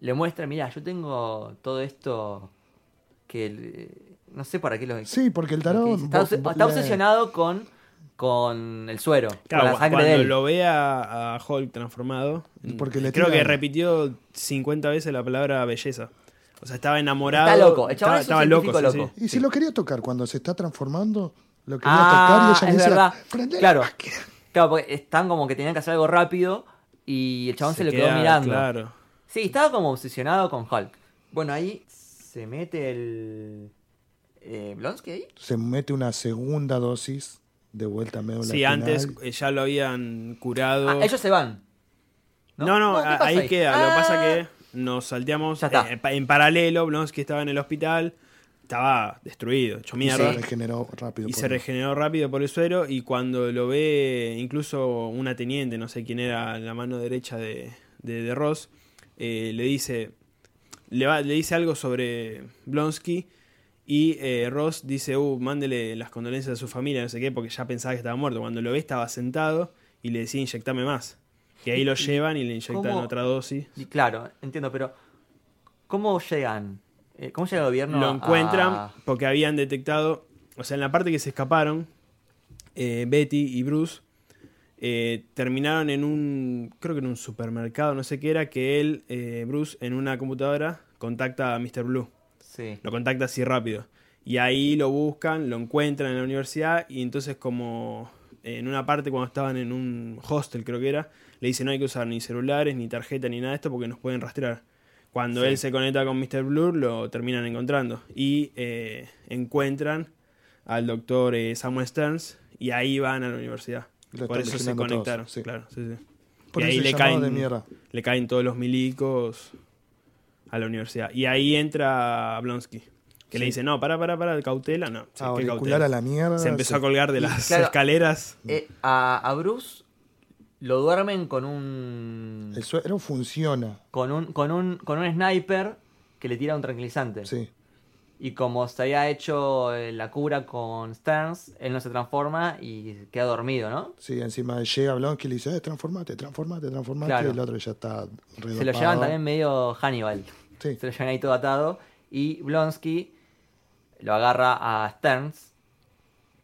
Speaker 1: le muestran, mira, yo tengo todo esto que eh, no sé para qué lo
Speaker 3: Sí, porque el
Speaker 1: Ok,
Speaker 3: tarón.
Speaker 1: sí, Está, obse-
Speaker 3: vos-
Speaker 1: está
Speaker 3: le-
Speaker 1: obsesionado con, con el suero,
Speaker 2: Claro,
Speaker 1: con
Speaker 2: cu-
Speaker 1: la sangre de
Speaker 2: cuando
Speaker 1: él.
Speaker 2: lo ve a, a Hulk transformado,
Speaker 3: Porque le
Speaker 2: creo
Speaker 3: tira-
Speaker 2: que repitió 50 veces la palabra belleza. O sea, estaba enamorado.
Speaker 1: Está loco, el chabón
Speaker 2: estaba,
Speaker 1: es un
Speaker 2: estaba loco.
Speaker 1: científico
Speaker 2: sí,
Speaker 1: loco.
Speaker 2: sí.
Speaker 3: Y si lo quería tocar cuando se está transformando, lo quería
Speaker 1: Ah,
Speaker 3: tocar y ella le
Speaker 1: es
Speaker 3: decía,
Speaker 1: verdad.
Speaker 3: "Prendé la
Speaker 1: Claro,
Speaker 3: máquina".
Speaker 1: claro, porque están como que tenían que hacer algo rápido y el chabón se, lo quedó
Speaker 2: queda-
Speaker 1: mirando.
Speaker 2: Claro.
Speaker 1: Sí, estaba como obsesionado con Hulk. Bueno, ahí se mete el. Eh, ¿Blonsky ahí?
Speaker 3: Se mete una segunda dosis de vuelta medio
Speaker 2: Sí,
Speaker 3: latinal.
Speaker 2: antes eh, ya lo habían curado.
Speaker 1: Ah, ellos se van.
Speaker 2: No, no,
Speaker 1: ¿qué
Speaker 2: a-
Speaker 1: pasa
Speaker 2: ahí, queda. Lo que
Speaker 1: Ah,
Speaker 2: pasa es que nos salteamos
Speaker 1: Ya está.
Speaker 2: eh, pa- en paralelo. Blonsky estaba en el hospital, estaba destruido, hecho
Speaker 3: Y se
Speaker 2: mierda.
Speaker 3: regeneró rápido.
Speaker 2: Y
Speaker 3: por
Speaker 2: se
Speaker 3: mí.
Speaker 2: regeneró rápido por el suero. Y cuando lo ve, incluso una teniente, no sé quién era la mano derecha de, de, de Ross, eh, le dice. Le, va- le dice algo sobre Blonsky. Y eh, Ross dice, uh, mándele las condolencias a su familia, no sé qué, porque ya pensaba que estaba muerto. Cuando lo ve estaba sentado y le decía inyectame más. Que ahí lo llevan y le inyectan
Speaker 1: cómo-
Speaker 2: otra dosis.
Speaker 1: Y claro, entiendo, pero. ¿Cómo llegan? Eh, ¿Cómo llega el gobierno?
Speaker 2: lo
Speaker 1: a-
Speaker 2: encuentran
Speaker 1: a-
Speaker 2: porque habían detectado, o sea, en la parte que se escaparon, eh, Betty y Bruce eh, terminaron en un, creo que en un supermercado, no sé qué era, que él, eh, Bruce, en una computadora contacta a Mr. Blue,
Speaker 1: Sí.
Speaker 2: lo contacta así rápido. Y ahí lo buscan, lo encuentran en la universidad y entonces como eh, en una parte cuando estaban en un hostel, creo que era, le dicen no hay que usar ni celulares, ni tarjeta, ni nada de esto porque nos pueden rastrear. Cuando
Speaker 1: Sí.
Speaker 2: él se conecta con Mr. Blur, lo terminan encontrando. Y eh, encuentran al doctor eh, Samuel Stearns y ahí van a la universidad.
Speaker 3: Lo
Speaker 2: Por
Speaker 3: están
Speaker 2: eso se
Speaker 3: vigilando todos,
Speaker 2: conectaron.
Speaker 3: sí.
Speaker 2: Claro, sí, sí.
Speaker 3: Por
Speaker 2: y
Speaker 3: eso
Speaker 2: ahí
Speaker 3: el
Speaker 2: le
Speaker 3: llamado
Speaker 2: caen,
Speaker 3: de mierda.
Speaker 2: le caen todos los milicos a la universidad. Y ahí entra Blonsky. Que le
Speaker 3: Sí.
Speaker 2: dice, no, para, para, para, cautela, no. sí, ¿qué
Speaker 3: Auricular
Speaker 2: cautela?
Speaker 3: a la mierda.
Speaker 2: Se empezó a
Speaker 3: sí.
Speaker 2: colgar de
Speaker 1: Y,
Speaker 2: las
Speaker 1: claro,
Speaker 2: escaleras.
Speaker 1: Eh, a, a Bruce lo duermen con un,
Speaker 3: El suero funciona.
Speaker 1: con un con un con un sniper que le tira un tranquilizante.
Speaker 3: Sí.
Speaker 1: Y como se había hecho eh, la cura con Stearns, él no se transforma y queda dormido, ¿no?
Speaker 3: Sí, encima llega Blonsky y le dice, eh, transformate, transformate, transformate.
Speaker 1: Claro.
Speaker 3: Y el otro ya está
Speaker 1: Se
Speaker 3: redopado.
Speaker 1: lo llevan también medio Hannibal.
Speaker 3: Sí.
Speaker 1: se lo llevan ahí todo atado. Y Blonsky lo agarra a Stearns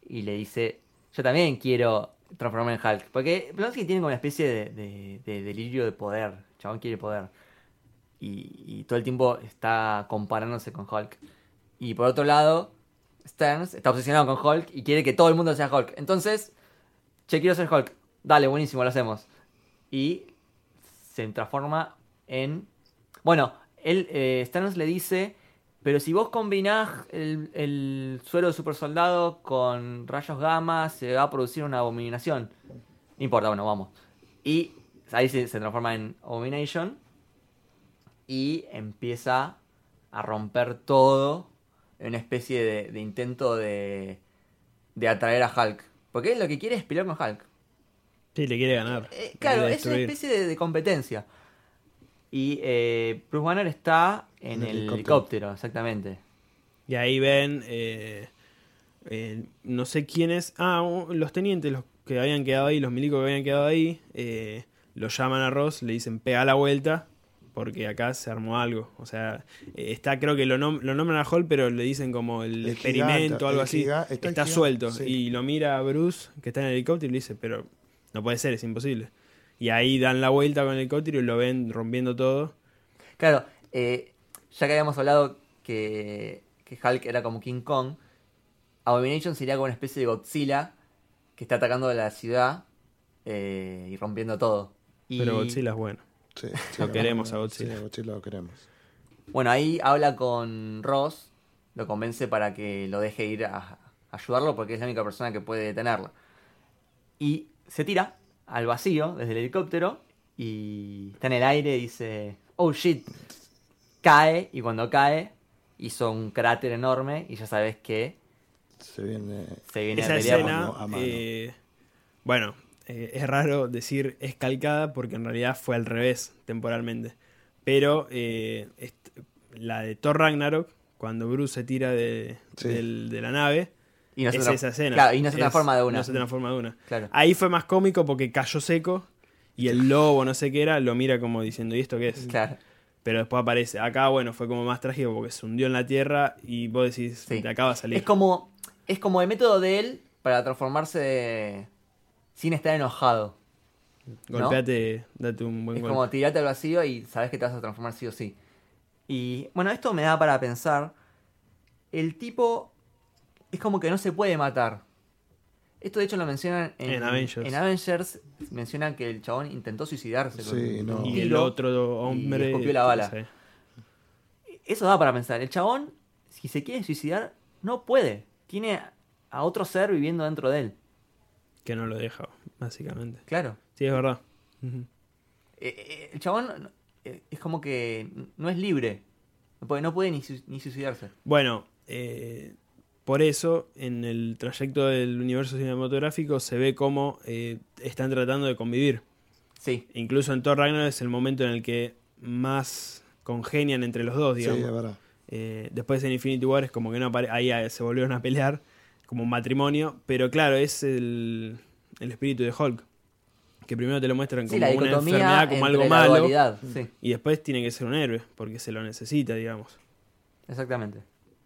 Speaker 1: y le dice, yo también quiero transformarme en Hulk. Porque Blonsky tiene como una especie de, de- de delirio de poder. El Chabón quiere poder. Y, y todo el tiempo está comparándose con Hulk. Y por otro lado, Stearns está obsesionado con Hulk y quiere que todo el mundo sea Hulk. Entonces, che, quiero ser Hulk. Dale, buenísimo, lo hacemos. Y se transforma en... Bueno, él, eh, Thanos le dice, pero si vos combinás el, el suero de super soldado con rayos gamma, se va a producir una abominación. No importa, bueno, vamos. Y ahí se, se transforma en abomination y empieza a romper todo en una especie de, de intento de, de atraer a Hulk. Porque él lo que quiere es pelear con Hulk.
Speaker 2: Sí, le quiere ganar.
Speaker 1: Eh,
Speaker 2: le
Speaker 1: claro,
Speaker 2: quiere
Speaker 1: es una
Speaker 2: destruir.
Speaker 1: especie de, de competencia. Y eh, Bruce Banner está en el, helicóptero. exactamente.
Speaker 2: Y ahí ven, eh, eh, no sé quiénes, ah, u- los tenientes, los que habían quedado ahí, los milicos que habían quedado ahí, eh, lo llaman a Ross, le dicen pega la vuelta, porque acá se armó algo. O sea, eh, está, creo que lo, nom- lo nombran a Hall, pero le dicen como el,
Speaker 3: El
Speaker 2: experimento
Speaker 3: gigante,
Speaker 2: o algo
Speaker 3: el
Speaker 2: así.
Speaker 3: giga- está el
Speaker 2: está
Speaker 3: gigante,
Speaker 2: suelto.
Speaker 3: sí.
Speaker 2: Y lo mira a Bruce, que está en el helicóptero, y le dice, pero no puede ser, es imposible. Y ahí dan la vuelta con el helicóptero y lo ven rompiendo todo.
Speaker 1: Claro, eh, ya que habíamos hablado que, que Hulk era como King Kong, Abomination sería como una especie de Godzilla que está atacando la ciudad eh, y rompiendo todo. Y,
Speaker 2: Pero Godzilla es bueno.
Speaker 3: Sí, sí,
Speaker 2: Lo queremos a Godzilla.
Speaker 3: Sí, a Godzilla lo queremos.
Speaker 1: Bueno, ahí habla con Ross, lo convence para que lo deje ir a a ayudarlo porque es la única persona que puede detenerlo. Y se tira al vacío desde el helicóptero y está en el aire y dice, oh shit, cae y cuando cae hizo un cráter enorme y ya sabes que
Speaker 3: Se viene.
Speaker 1: se viene
Speaker 2: Esa
Speaker 1: a pelear. con-
Speaker 2: escena,
Speaker 3: mano a mano.
Speaker 2: eh, bueno, eh, es raro decir es calcada porque en realidad fue al revés temporalmente. Pero eh, est- la de Thor Ragnarok, cuando Bruce se tira de,
Speaker 3: Sí.
Speaker 2: del- de la nave,
Speaker 1: Y no se
Speaker 2: es
Speaker 1: tra-
Speaker 2: esa escena.
Speaker 1: Claro, y no se
Speaker 2: Es-
Speaker 1: transforma de una.
Speaker 2: No se transforma Ah, de una.
Speaker 1: Claro.
Speaker 2: Ahí fue más cómico porque cayó seco y el lobo, no sé qué era, lo mira como diciendo, ¿y esto qué es?
Speaker 1: Claro.
Speaker 2: Pero después aparece. Acá, bueno, fue como más trágico porque se hundió en la tierra y vos decís,
Speaker 1: Sí.
Speaker 2: te acaba de salir.
Speaker 1: Es como, es como el método de él para transformarse sin estar enojado. ¿no?
Speaker 2: Golpeate, date un buen
Speaker 1: Es
Speaker 2: golpe.
Speaker 1: como tirarte al vacío y sabes que te vas a transformar sí o sí. Y bueno, esto me da para pensar. El tipo es como que no se puede matar. Esto de hecho lo mencionan en,
Speaker 2: En Avengers.
Speaker 1: en Avengers mencionan que el chabón intentó suicidarse. con
Speaker 3: Sí,
Speaker 1: un
Speaker 3: no.
Speaker 2: Y
Speaker 1: tiro.
Speaker 2: el otro hombre.
Speaker 1: y escupió la bala.
Speaker 2: Sí.
Speaker 1: Eso da para pensar. El chabón, si se quiere suicidar, no puede. Tiene a otro ser viviendo dentro de él.
Speaker 2: que no lo deja, básicamente.
Speaker 1: Claro.
Speaker 2: Sí, es verdad. Ujú.
Speaker 1: Eh, eh, el chabón eh, es como que no es libre. No puede, no puede ni, su- ni suicidarse.
Speaker 2: Bueno, eh, por eso en el trayecto del universo cinematográfico se ve cómo eh, están tratando de convivir.
Speaker 1: Sí.
Speaker 2: Incluso en Thor Ragnarok es el momento en el que más congenian entre los dos,
Speaker 3: Sí,
Speaker 2: digamos.
Speaker 3: es verdad.
Speaker 2: Eh, después en Infinity War es como que no apare- ahí eh, se volvieron a pelear como un matrimonio, pero claro, es el, el espíritu de Hulk, que primero te lo muestran
Speaker 1: Sí,
Speaker 2: como
Speaker 1: la
Speaker 2: una
Speaker 1: dicotomía
Speaker 2: enfermedad, como
Speaker 1: entre
Speaker 2: algo
Speaker 1: la
Speaker 2: malo,
Speaker 1: dualidad, Sí,
Speaker 2: y después tiene que ser un héroe, porque se lo necesita, digamos.
Speaker 1: exactamente.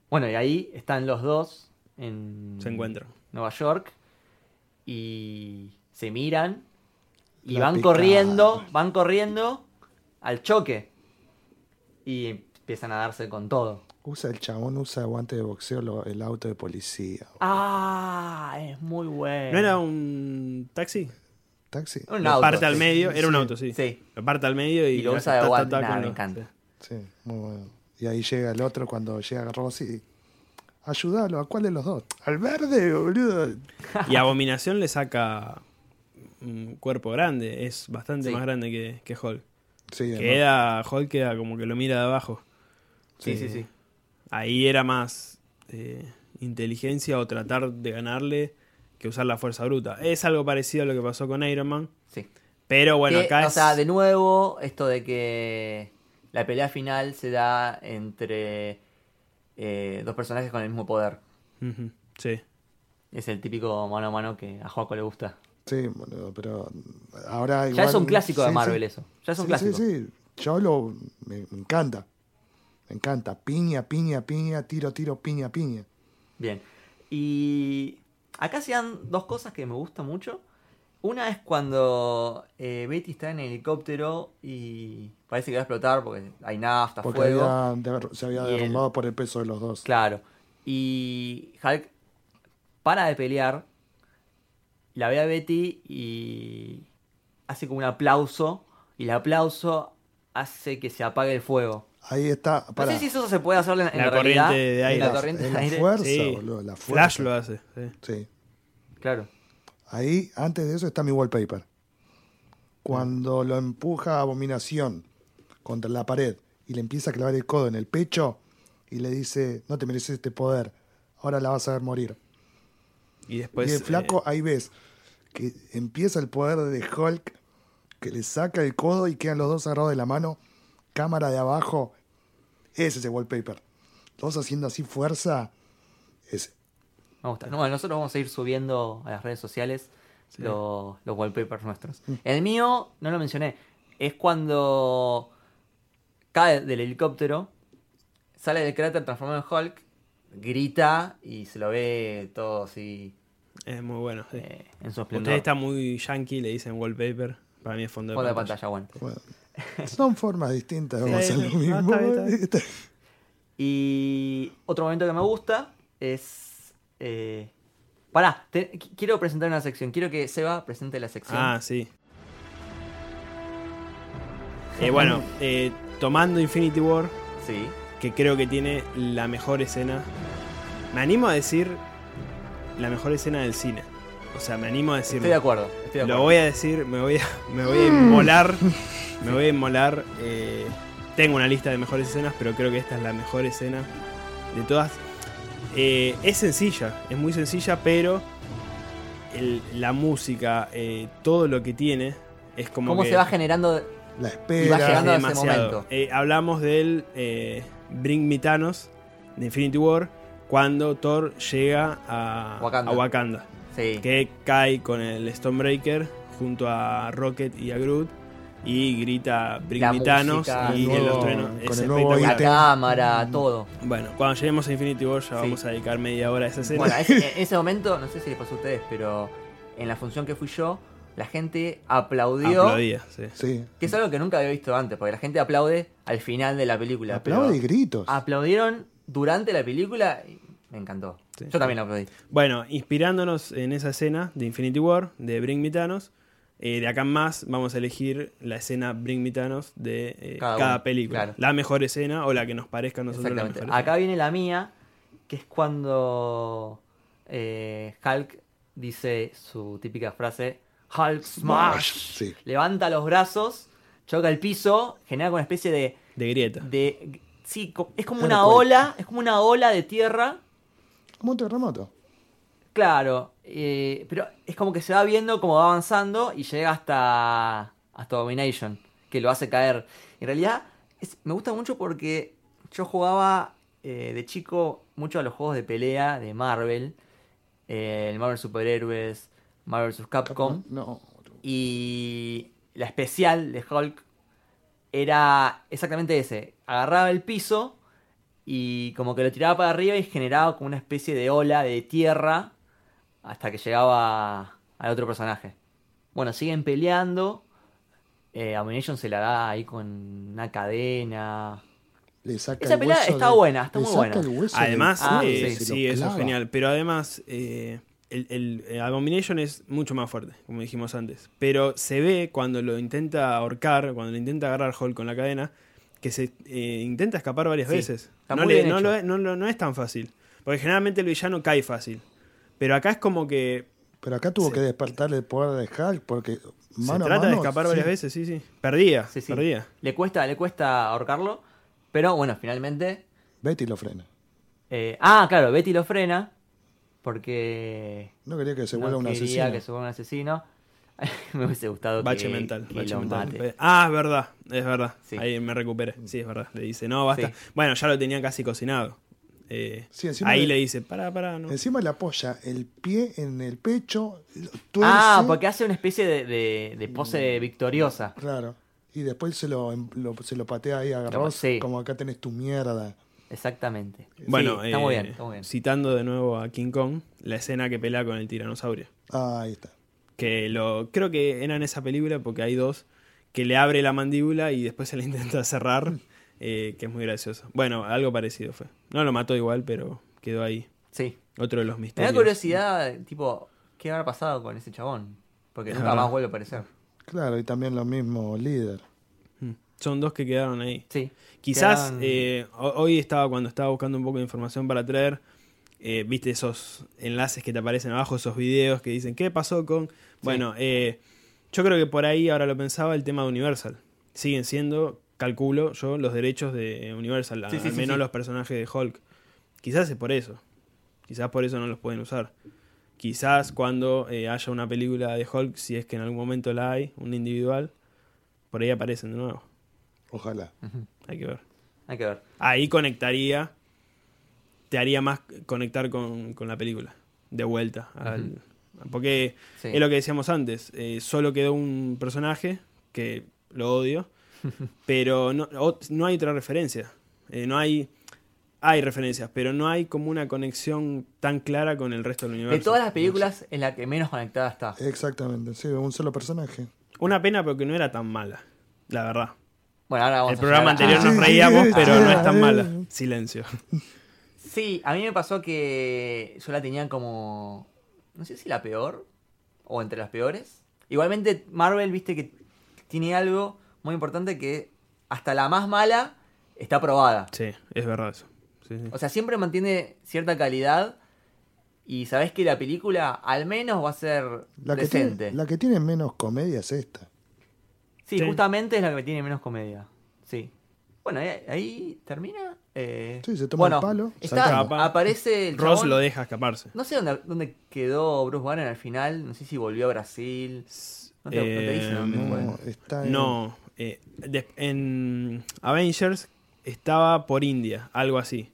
Speaker 1: Bueno, y ahí están los dos en
Speaker 2: Se encuentran.
Speaker 1: Nueva York y se miran y
Speaker 3: La
Speaker 1: van
Speaker 3: picada.
Speaker 1: corriendo, van corriendo al choque y empiezan a darse con todo.
Speaker 3: Usa el chabón, usa guante de boxeo, lo- el auto de policía.
Speaker 1: Ah, es muy bueno.
Speaker 3: Eh.
Speaker 2: ¿No era un taxi?
Speaker 3: Taxi.
Speaker 1: Un
Speaker 2: Lo
Speaker 1: auto,
Speaker 2: parte al
Speaker 1: sí.
Speaker 2: medio, era un
Speaker 3: Sí.
Speaker 2: auto, sí.
Speaker 1: Sí.
Speaker 2: Lo parte al medio y,
Speaker 1: Y lo
Speaker 2: le
Speaker 1: usa
Speaker 2: hace
Speaker 1: de
Speaker 2: ta, ta,
Speaker 1: guante.
Speaker 2: ta
Speaker 1: Nah,
Speaker 2: con
Speaker 1: me
Speaker 2: los-
Speaker 1: encanta.
Speaker 3: Sí, muy bueno. Y ahí llega el otro cuando llega Rossi. Ayúdalo, ¿a cuál de los dos? Al verde, boludo.
Speaker 2: Y Abominación le saca un cuerpo grande, es bastante
Speaker 1: Sí.
Speaker 2: más grande que, que Hulk.
Speaker 3: Sí, además.
Speaker 2: Queda, Hulk queda como que lo mira de abajo.
Speaker 1: Sí, sí,
Speaker 3: Sí.
Speaker 1: sí.
Speaker 2: Ahí era más eh, inteligencia o tratar de ganarle que usar la fuerza bruta. Es algo parecido a lo que pasó con Iron Man.
Speaker 1: sí.
Speaker 2: Pero bueno,
Speaker 1: Que,
Speaker 2: acá
Speaker 1: o
Speaker 2: es-
Speaker 1: sea, de nuevo, esto de que la pelea final se da entre eh, dos personajes con el mismo poder.
Speaker 2: Ujú, sí.
Speaker 1: Es el típico mano a mano que a Joaco le gusta.
Speaker 3: Sí, boludo, pero ahora
Speaker 1: ya
Speaker 3: igual-
Speaker 1: es un clásico de
Speaker 3: sí,
Speaker 1: Marvel
Speaker 3: sí.
Speaker 1: eso. Ya es un
Speaker 3: Sí,
Speaker 1: clásico.
Speaker 3: Sí, sí, yo lo... Me, me encanta. Me encanta. Piña, piña, piña, tiro, tiro, piña, piña.
Speaker 1: Bien. Y acá se dan dos cosas que me gustan mucho. Una es cuando eh, Betty está en el helicóptero y parece que va a explotar porque hay nafta,
Speaker 3: Porque
Speaker 1: fuego.
Speaker 3: había derr- se había
Speaker 1: Y el-
Speaker 3: derrumbado por el peso de los dos.
Speaker 1: Claro. Y Hulk para de pelear, la ve a Betty y hace como un aplauso. Y el aplauso hace que se apague el fuego.
Speaker 3: Ahí está. Pará.
Speaker 1: No sé si eso se puede hacer en, en
Speaker 2: La
Speaker 1: la realidad,
Speaker 2: corriente de
Speaker 1: en
Speaker 2: aire.
Speaker 1: La corriente
Speaker 3: Es
Speaker 1: de
Speaker 3: la
Speaker 1: aire.
Speaker 3: fuerza,
Speaker 2: Sí.
Speaker 3: boludo, la fuerza.
Speaker 2: Flash lo hace. sí.
Speaker 3: Sí.
Speaker 1: Claro.
Speaker 3: Ahí, antes de eso, está mi wallpaper. Cuando lo empuja Abominación contra la pared y le empieza a clavar el codo en el pecho y le dice, no te mereces este poder, ahora la vas a ver morir.
Speaker 2: Y después.
Speaker 3: y el flaco, ahí ves, que empieza el poder de Hulk, que le saca el codo y quedan los dos agarrados de la mano, cámara de abajo, ese es el wallpaper. Los dos haciendo así fuerza, ese.
Speaker 1: Me gusta. No, bueno, nosotros vamos a ir subiendo a las redes sociales los, los wallpapers nuestros. El mío, no lo mencioné, es cuando cae del helicóptero, sale del cráter transformado en Hulk, grita y se lo ve todo así
Speaker 2: eh, es muy bueno. sí.
Speaker 1: eh, en su esplendor.
Speaker 2: Usted está muy yankee, le dicen wallpaper. Para mí es fondo de
Speaker 1: Fondo de
Speaker 2: pantalla.
Speaker 1: pantalla, bueno.
Speaker 3: Bueno, son formas
Speaker 2: Sí.
Speaker 3: distintas, vamos a hacer lo
Speaker 2: Ah, está
Speaker 3: mismo.
Speaker 2: bien, está
Speaker 1: Y otro momento que me gusta es... eh, Pará, te- qu- quiero presentar una sección. Quiero que Seba presente la sección.
Speaker 2: Ah, sí. Eh, bueno, eh, tomando Infinity War,
Speaker 1: Sí.
Speaker 2: que creo que tiene la mejor escena. Me animo a decir la mejor escena del cine. O sea, me animo a decirlo.
Speaker 1: Estoy de acuerdo. Estoy de acuerdo.
Speaker 2: Lo voy a decir, me voy a, me voy a inmolar. Me voy a inmolar. eh, tengo una lista de mejores escenas, pero creo que esta es la mejor escena de todas. Eh, es sencilla, es muy sencilla, pero el- la música, eh, todo lo que tiene, es como
Speaker 1: ¿Cómo
Speaker 2: que
Speaker 1: se va generando
Speaker 3: La
Speaker 1: Y va
Speaker 2: es
Speaker 1: llegando
Speaker 3: espera.
Speaker 1: a ese momento.
Speaker 2: Eh, hablamos del eh, Bring Me Thanos de Infinity War cuando Thor llega a
Speaker 1: Wakanda.
Speaker 2: a Wakanda
Speaker 1: Sí.
Speaker 2: que cae con el Stonebreaker junto a Rocket y a Groot y grita
Speaker 1: La
Speaker 2: Brigmitanos
Speaker 1: música,
Speaker 2: y
Speaker 1: el
Speaker 2: el
Speaker 1: nuevo-
Speaker 2: trueno
Speaker 3: con
Speaker 2: es
Speaker 3: el nuevo
Speaker 1: La
Speaker 2: espectacular.
Speaker 3: ítem.
Speaker 1: cámara, todo.
Speaker 2: Bueno, cuando lleguemos a Infinity War ya
Speaker 1: Sí.
Speaker 2: vamos a dedicar media hora a esa escena.
Speaker 1: Bueno, es- en ese momento, no sé si les pasó a ustedes, pero en la función que fui yo, la gente aplaudió.
Speaker 2: Aplaudía, sí.
Speaker 3: Sí.
Speaker 1: Que es algo que nunca había visto antes, porque la gente aplaude al final de la Ah. película.
Speaker 3: Aplaude y
Speaker 1: pero
Speaker 3: gritos.
Speaker 1: Aplaudieron durante la película y me encantó.
Speaker 2: Sí.
Speaker 1: Yo también aplaudí.
Speaker 2: Bueno, inspirándonos en esa escena de Infinity War, de Bring Me Thanos, eh, de acá en más vamos a elegir la escena Bring Me Thanos de eh,
Speaker 1: Cada
Speaker 2: cada,
Speaker 1: uno,
Speaker 2: película.
Speaker 1: claro.
Speaker 2: La mejor escena o la que nos parezca a nosotros la
Speaker 1: Exactamente.
Speaker 2: mejor.
Speaker 1: Acá viene la mía, que es cuando eh, Hulk dice su típica frase, Hulk Smash.
Speaker 3: Sí.
Speaker 1: Levanta los brazos, choca el piso, genera como una especie de
Speaker 2: escena. De grieta.
Speaker 1: de sí co- es como
Speaker 3: Claro,
Speaker 1: una
Speaker 3: cual-
Speaker 1: ola es como una ola de tierra
Speaker 3: Como un terremoto.
Speaker 1: claro eh, pero es como que se va viendo como va avanzando y llega hasta hasta domination que lo hace caer en realidad es- me gusta mucho porque yo jugaba eh, de chico mucho a los juegos de pelea de Marvel eh, el Marvel superhéroes Marvel vs Capcom
Speaker 3: No.
Speaker 1: y la especial de Hulk era exactamente ese. Agarraba el piso y como que lo tiraba para arriba y generaba como una especie de ola de tierra hasta que llegaba al otro personaje. Bueno, siguen peleando. Eh, Abomination se la da ahí con una cadena.
Speaker 3: Le saca
Speaker 1: Esa
Speaker 3: el
Speaker 1: pelea
Speaker 3: hueso
Speaker 1: está
Speaker 3: de-
Speaker 1: buena, está
Speaker 3: le
Speaker 1: muy
Speaker 3: saca
Speaker 1: buena.
Speaker 3: el hueso
Speaker 2: Además,
Speaker 3: del
Speaker 1: Ah,
Speaker 3: cuello,
Speaker 2: eh,
Speaker 1: sí.
Speaker 3: se
Speaker 2: sí, eso
Speaker 3: lo
Speaker 2: es
Speaker 3: clava.
Speaker 2: genial. Pero además, eh, el, el, eh, Abomination es mucho más fuerte, como dijimos antes. Pero se ve cuando lo intenta ahorcar, cuando lo intenta agarrar Hulk con la cadena, que se eh, intenta escapar varias
Speaker 1: Sí,
Speaker 2: veces.
Speaker 1: está
Speaker 2: No,
Speaker 1: muy
Speaker 2: le-
Speaker 1: bien
Speaker 2: no
Speaker 1: hecho.
Speaker 2: lo- no lo- no es tan fácil. Porque generalmente el villano cae fácil. Pero acá es como que
Speaker 3: Pero acá tuvo
Speaker 2: Sí.
Speaker 3: que despertar el poder de Hulk porque
Speaker 2: se
Speaker 3: mano a
Speaker 2: trata de
Speaker 3: mano,
Speaker 2: escapar
Speaker 3: sí.
Speaker 2: varias veces, sí, sí. Perdía,
Speaker 1: Sí, sí.
Speaker 2: perdía.
Speaker 1: Le cuesta, le cuesta ahorcarlo. Pero bueno, finalmente
Speaker 3: Betty lo frena.
Speaker 1: Eh, ah, claro, Betty lo frena. Porque.
Speaker 3: No quería que se
Speaker 1: no
Speaker 3: vuelva un
Speaker 1: quería
Speaker 3: asesino.
Speaker 1: que se vuelva un asesino. Me hubiese gustado
Speaker 2: Bache
Speaker 1: que,
Speaker 2: mental.
Speaker 1: que
Speaker 2: bache
Speaker 1: lo
Speaker 2: mental.
Speaker 1: mate.
Speaker 2: Ah, es verdad, es verdad.
Speaker 1: Sí. Mm.
Speaker 2: Ahí me recuperé. Sí, es verdad. Le dice, no, basta.
Speaker 1: Sí.
Speaker 2: Bueno, ya lo tenía casi cocinado. Eh,
Speaker 3: Sí, encima
Speaker 2: ahí
Speaker 3: de-
Speaker 2: le dice, pará, pará. No.
Speaker 3: Encima le apoya el pie en el pecho. lo tuerce.
Speaker 2: Mm.
Speaker 1: Ah, porque hace una especie de, de- de pose victoriosa.
Speaker 3: Claro. Y después se lo, em, lo- se lo patea ahí a Ross,
Speaker 1: Oh, sí.
Speaker 3: como acá tenés tu mierda.
Speaker 1: Exactamente.
Speaker 2: Bueno,
Speaker 1: Sí, está muy
Speaker 2: eh,
Speaker 1: bien, está muy bien.
Speaker 2: citando de nuevo a King Kong, la escena que pelea con el tiranosaurio.
Speaker 3: Ah, ahí está.
Speaker 2: Que lo creo que era en esa película porque hay dos que le abre la mandíbula y después se le intenta cerrar, eh, que es muy gracioso. Bueno, algo parecido fue. No lo mató igual, pero quedó ahí.
Speaker 1: Sí.
Speaker 2: Otro de los
Speaker 1: Me da
Speaker 2: misterios.
Speaker 1: curiosidad, tipo, ¿qué habrá pasado con ese chabón? Porque
Speaker 2: Es
Speaker 1: nunca
Speaker 2: verdad.
Speaker 1: más vuelve a aparecer.
Speaker 3: Claro, y también lo mismo, líder.
Speaker 2: Mm. Son dos que quedaron ahí.
Speaker 1: Sí.
Speaker 2: Quizás
Speaker 1: Quedan-
Speaker 2: eh, ho- hoy estaba cuando estaba buscando un poco de información para traer, eh, viste esos enlaces que te aparecen abajo, esos videos que dicen qué pasó con. Bueno, eh, yo creo que por ahí ahora lo pensaba el tema de Universal. Siguen siendo, calculo yo, los derechos de Universal,
Speaker 1: Sí, sí,
Speaker 2: al
Speaker 1: sí,
Speaker 2: menos
Speaker 1: sí.
Speaker 2: los personajes de Hulk. Quizás es por eso. Quizás por eso no los pueden usar. Quizás cuando eh, haya una película de Hulk, si es que en algún momento la hay, un individual, por ahí aparecen de nuevo.
Speaker 3: Ojalá.
Speaker 2: Hay que ver.
Speaker 1: Hay que ver.
Speaker 2: Ahí conectaría. Te haría más conectar con, con la película. De vuelta. al- Porque
Speaker 1: Sí.
Speaker 2: es lo que decíamos antes. eh, solo quedó un personaje que lo odio. pero no, o- no hay otra referencia. Eh, no hay. Hay referencias, pero no hay como una conexión tan clara con el resto del universo.
Speaker 1: De todas las películas es la que menos conectada está.
Speaker 3: Exactamente, sí, un solo personaje.
Speaker 2: Una pena porque no era tan mala. La verdad.
Speaker 1: Bueno, ahora vamos
Speaker 2: El
Speaker 1: a
Speaker 2: programa
Speaker 1: llegar a-
Speaker 2: anterior nos
Speaker 3: Ah.
Speaker 2: reíamos, pero no es tan mala.
Speaker 3: Sí.
Speaker 2: Silencio.
Speaker 1: Sí, a mí me pasó que yo la tenía como. No sé si la peor. O entre las peores. Igualmente, Marvel, viste que tiene algo muy importante que hasta la más mala está aprobada.
Speaker 2: Sí, es verdad eso. Sí, sí.
Speaker 1: O sea, siempre mantiene cierta calidad. Y sabes que la película al menos va a ser
Speaker 3: La que,
Speaker 1: decente.
Speaker 3: tiene, la que tiene menos comedia es esta.
Speaker 1: Sí,
Speaker 2: Sí.
Speaker 1: justamente es la que me tiene menos comedia. Sí. Bueno, ahí, ahí termina. eh,
Speaker 3: Sí, se toma el
Speaker 1: bueno,
Speaker 3: palo,
Speaker 1: está-
Speaker 2: salta.
Speaker 1: aparece el
Speaker 2: Ross
Speaker 1: chabón.
Speaker 2: lo deja escaparse.
Speaker 1: No sé dónde, dónde quedó Bruce Banner al final. No sé si volvió a Brasil. No te, no te dicen
Speaker 2: Eh,
Speaker 1: dónde
Speaker 3: No,
Speaker 1: fue.
Speaker 3: está en-
Speaker 2: No, eh, de- en Avengers estaba por India, algo así.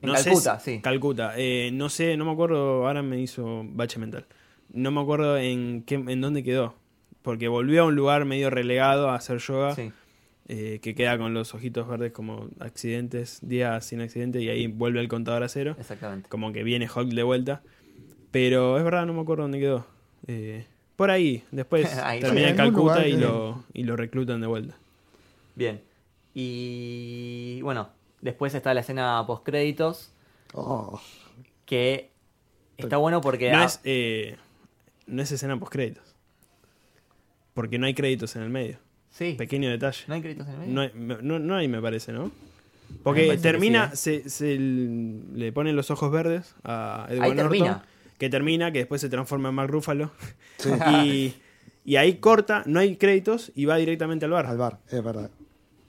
Speaker 1: En
Speaker 2: No sé
Speaker 1: Calcuta,
Speaker 2: si-
Speaker 1: sí.
Speaker 2: Calcuta. eh, no sé, no me acuerdo, ahora me hizo bache mental. No me acuerdo en, qué, en dónde quedó. Porque volvió a un lugar medio relegado a hacer yoga,
Speaker 1: Sí.
Speaker 2: eh, que queda con los ojitos verdes como accidentes, días sin accidente, y ahí vuelve el contador a cero.
Speaker 1: Exactamente.
Speaker 2: Como que viene Hulk de vuelta. Pero es verdad, no me acuerdo dónde quedó. Eh, por ahí, después
Speaker 1: Ahí.
Speaker 2: termina
Speaker 3: Sí,
Speaker 2: en
Speaker 3: en algún
Speaker 2: Calcuta
Speaker 3: lugar,
Speaker 2: y
Speaker 3: sí.
Speaker 2: lo, y lo reclutan de vuelta.
Speaker 1: Bien. Y bueno, después está la escena post créditos
Speaker 3: Oh,
Speaker 1: que está bueno porque
Speaker 2: No
Speaker 1: ah,
Speaker 2: es, eh, no es escena post créditos. Porque no hay créditos en el medio.
Speaker 1: sí,
Speaker 2: Pequeño detalle.
Speaker 1: no hay créditos en el medio.
Speaker 2: No hay, no, no hay, me parece, ¿no?
Speaker 1: Me
Speaker 2: Porque
Speaker 1: parece que
Speaker 2: termina, se, se l- le ponen los ojos verdes a Edward
Speaker 1: Ahí
Speaker 2: Norton,
Speaker 1: termina.
Speaker 2: que termina, que después se transforma en Mark Ruffalo.
Speaker 3: Sí.
Speaker 2: y, y ahí corta, no hay créditos y va directamente al bar.
Speaker 3: al bar, es verdad.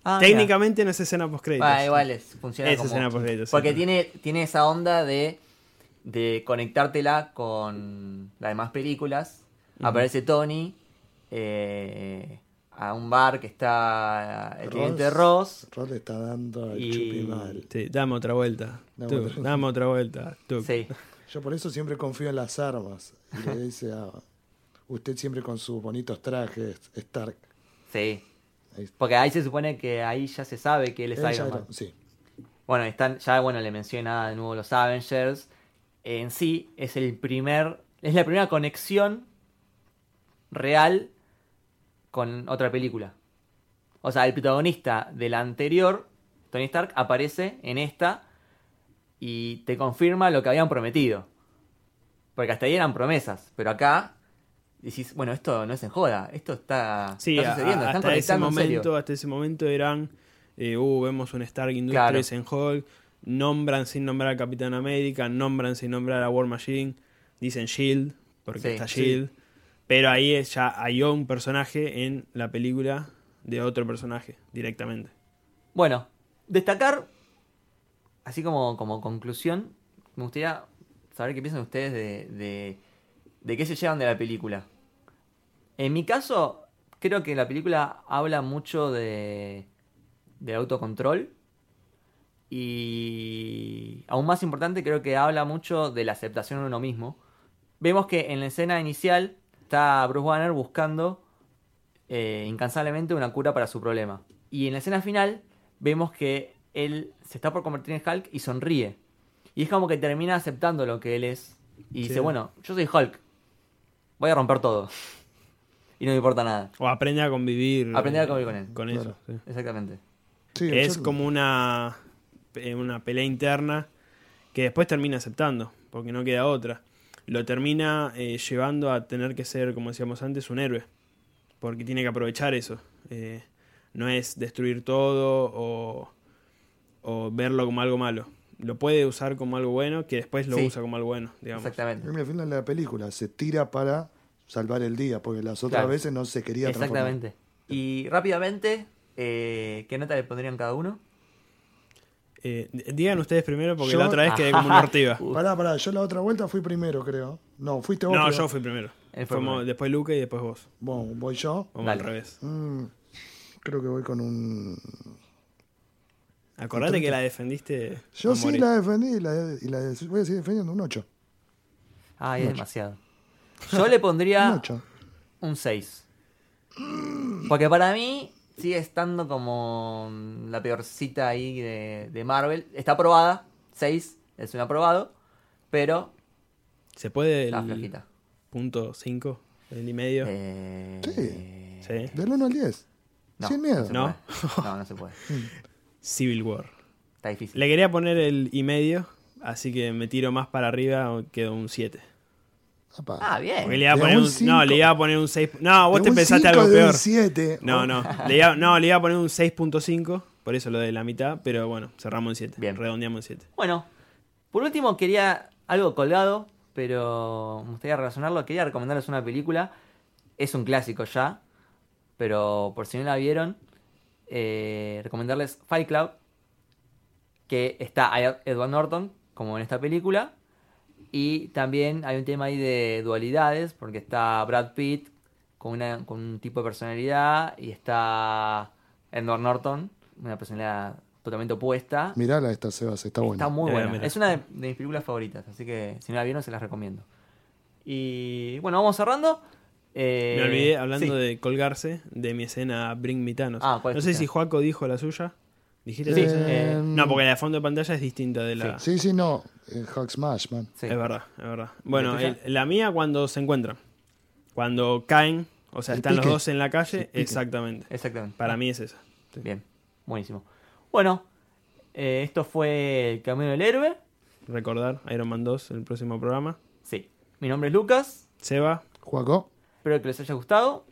Speaker 1: Ah, mira.
Speaker 2: Técnicamente no es escena post créditos.
Speaker 1: Ah, igual es, funciona
Speaker 2: Es
Speaker 1: como-
Speaker 2: escena post-créditos,
Speaker 1: Porque
Speaker 2: sí.
Speaker 1: tiene, tiene esa onda de, de conectártela con las demás películas. Aparece Tony eh, a un bar que está el cliente Ross.
Speaker 3: Ross le está dando el
Speaker 1: Y-
Speaker 3: chupi mal.
Speaker 2: Sí, dame otra vuelta.
Speaker 3: Dame
Speaker 2: tú,
Speaker 3: otra-
Speaker 2: dame otra vuelta. tú.
Speaker 1: Sí,
Speaker 3: Yo por eso siempre confío en las armas. Y le dice a usted siempre con sus bonitos trajes, Stark.
Speaker 1: sí.
Speaker 3: Ahí está.
Speaker 1: Porque ahí se supone que ahí ya se sabe que él es
Speaker 3: Él ya
Speaker 1: Iron
Speaker 3: era-
Speaker 1: Man.
Speaker 3: sí.
Speaker 1: Bueno, están, ya bueno, le menciona de nuevo los Avengers. En sí, es el primer. Es la primera conexión real con otra película. O sea, el protagonista de la anterior, Tony Stark, aparece en esta y te confirma lo que habían prometido. Porque hasta ahí eran promesas, pero acá decís, bueno, esto no es en joda, esto está,
Speaker 2: Sí,
Speaker 1: está
Speaker 2: a-
Speaker 1: sucediendo, están
Speaker 2: hasta ese
Speaker 1: conectando en serio.
Speaker 2: momento, hasta ese momento eran, eh, uh, vemos un Stark Industries en Hulk, nombran sin nombrar a Capitán América, nombran sin nombrar a War Machine, dicen Shield E porque
Speaker 1: Sí,
Speaker 2: está
Speaker 1: sí.
Speaker 2: Shield, E pero ahí es ya hay un personaje en la película de otro personaje directamente.
Speaker 1: Bueno, destacar, así como, como conclusión, me gustaría saber qué piensan ustedes de, de, de qué se llevan de la película. En mi caso, creo que la película habla mucho de, del autocontrol y, aún más importante, creo que habla mucho de la aceptación de uno mismo. Vemos que en la escena inicial está Bruce Banner buscando eh, incansablemente una cura para su problema. Y en la escena final vemos que él se está por convertir en Hulk y sonríe. Y es como que termina aceptando lo que él es. Y dice, bueno, yo soy Hulk. Voy a romper todo. Y no me importa nada.
Speaker 2: O aprende a convivir.
Speaker 1: Aprender a
Speaker 2: eh,
Speaker 1: convivir con él.
Speaker 2: Con
Speaker 3: Claro.
Speaker 2: eso, sí.
Speaker 1: Exactamente.
Speaker 3: Sí,
Speaker 2: es
Speaker 3: yo-
Speaker 2: como una, eh, una pelea interna que después termina aceptando, porque no queda otra. Lo termina eh, llevando a tener que ser, como decíamos antes, un héroe, porque tiene que aprovechar eso. Eh, no es destruir todo o, o verlo como algo malo. Lo puede usar como algo bueno, que después lo
Speaker 1: Sí.
Speaker 2: usa como algo bueno, digamos.
Speaker 1: Exactamente.
Speaker 3: En el final de la película se tira para salvar el día, porque las otras
Speaker 1: Claro.
Speaker 3: veces no se quería transformar.
Speaker 1: Exactamente. Y rápidamente, eh, ¿qué nota le pondrían cada uno?
Speaker 2: Eh, d- digan ustedes primero, porque
Speaker 3: Yo-
Speaker 2: la otra vez quedé como un ortiva.
Speaker 1: Uf.
Speaker 3: Pará, pará, yo la otra vuelta fui primero, creo. No, fuiste vos.
Speaker 2: No,
Speaker 3: creo.
Speaker 2: yo fui primero.
Speaker 1: Él fue
Speaker 2: Fuimos-
Speaker 1: primero.
Speaker 2: después Luca y después vos.
Speaker 3: Bueno, voy yo.
Speaker 2: Vamos
Speaker 1: Dale.
Speaker 2: al revés.
Speaker 3: Mm, creo que voy con un.
Speaker 2: Acordate que la defendiste.
Speaker 3: Yo
Speaker 2: a
Speaker 3: sí
Speaker 2: morir.
Speaker 3: la defendí y la, y la des- voy a seguir defendiendo un 8.
Speaker 1: Ay, es demasiado. Yo le
Speaker 3: Un
Speaker 1: pondría
Speaker 3: 8.
Speaker 1: un 6. Porque para mí sigue estando como la peorcita ahí de, de Marvel. Está aprobada, 6, es un aprobado, pero
Speaker 2: ¿Se puede
Speaker 1: está
Speaker 2: el
Speaker 1: flojita.
Speaker 2: punto 5? ¿El y medio?
Speaker 1: Eh,
Speaker 3: Sí.
Speaker 2: Sí.
Speaker 3: Del 1 al 10.
Speaker 1: no,
Speaker 3: Sin miedo.
Speaker 1: No, se
Speaker 2: No.
Speaker 1: puede. no, no se puede.
Speaker 2: Civil War.
Speaker 1: Está difícil.
Speaker 2: Le quería poner el y medio, así que me tiro más para arriba, quedó un 7.
Speaker 1: Eh.
Speaker 3: Apa.
Speaker 1: Ah, bien.
Speaker 2: Porque le iba a
Speaker 3: De
Speaker 2: poner
Speaker 3: un
Speaker 2: un, no,
Speaker 3: cinco.
Speaker 2: le iba a poner un 6. No, Ah, vos
Speaker 3: De
Speaker 2: te
Speaker 3: un
Speaker 2: pensaste
Speaker 3: cinco,
Speaker 2: algo
Speaker 3: de un
Speaker 2: peor.
Speaker 3: siete.
Speaker 2: No, no. Le iba, no, le iba a poner un 6.5, por eso lo de la mitad, pero bueno, cerramos en 7.
Speaker 1: Bien.
Speaker 2: Redondeamos en 7.
Speaker 1: Bueno, por último quería algo colgado, pero me gustaría relacionarlo. Quería recomendarles una película. Es un clásico ya, pero por si no la vieron, eh, recomendarles Fight Club, que está Ed- Edward Norton, como en esta película. Y también hay un tema ahí de dualidades, porque está Brad Pitt con, una- con un tipo de personalidad y está Edward Norton, una personalidad totalmente opuesta.
Speaker 3: Mirala esta, Sebas, está buena.
Speaker 1: Está muy
Speaker 2: Mirá,
Speaker 1: buena.
Speaker 2: mirá.
Speaker 1: Es una de, de mis películas favoritas, así que si no la vieron se las recomiendo. Y bueno, vamos cerrando. Eh,
Speaker 2: me olvidé, hablando
Speaker 1: sí.
Speaker 2: de colgarse, de mi escena Bring Me Thanos.
Speaker 1: Ah, ¿cuál es
Speaker 2: no
Speaker 1: tu
Speaker 2: sé
Speaker 1: escena?
Speaker 2: si Juaco dijo la suya. ¿Dijiste
Speaker 1: Sí,
Speaker 2: la suya?
Speaker 1: eh,
Speaker 2: No, porque la de fondo de pantalla es distinta de la...
Speaker 3: Sí, sí, no. Eh, Hulk Smash, man.
Speaker 1: Sí.
Speaker 2: Es verdad, es verdad. Bueno,
Speaker 1: tuya?
Speaker 2: el- la mía cuando se encuentran. Cuando caen, o sea,
Speaker 3: El
Speaker 2: están
Speaker 3: pique.
Speaker 2: los dos en la
Speaker 3: El
Speaker 2: calle,
Speaker 3: pique.
Speaker 2: exactamente.
Speaker 1: Exactamente.
Speaker 2: Para mí es esa. Sí.
Speaker 1: Bien, buenísimo. Bueno, eh, esto fue El Camino del Héroe.
Speaker 2: Recordar Iron Man 2 en el próximo programa.
Speaker 1: Sí. Mi nombre es Lucas.
Speaker 2: Seba,
Speaker 3: Juaco.
Speaker 1: Espero que les haya gustado.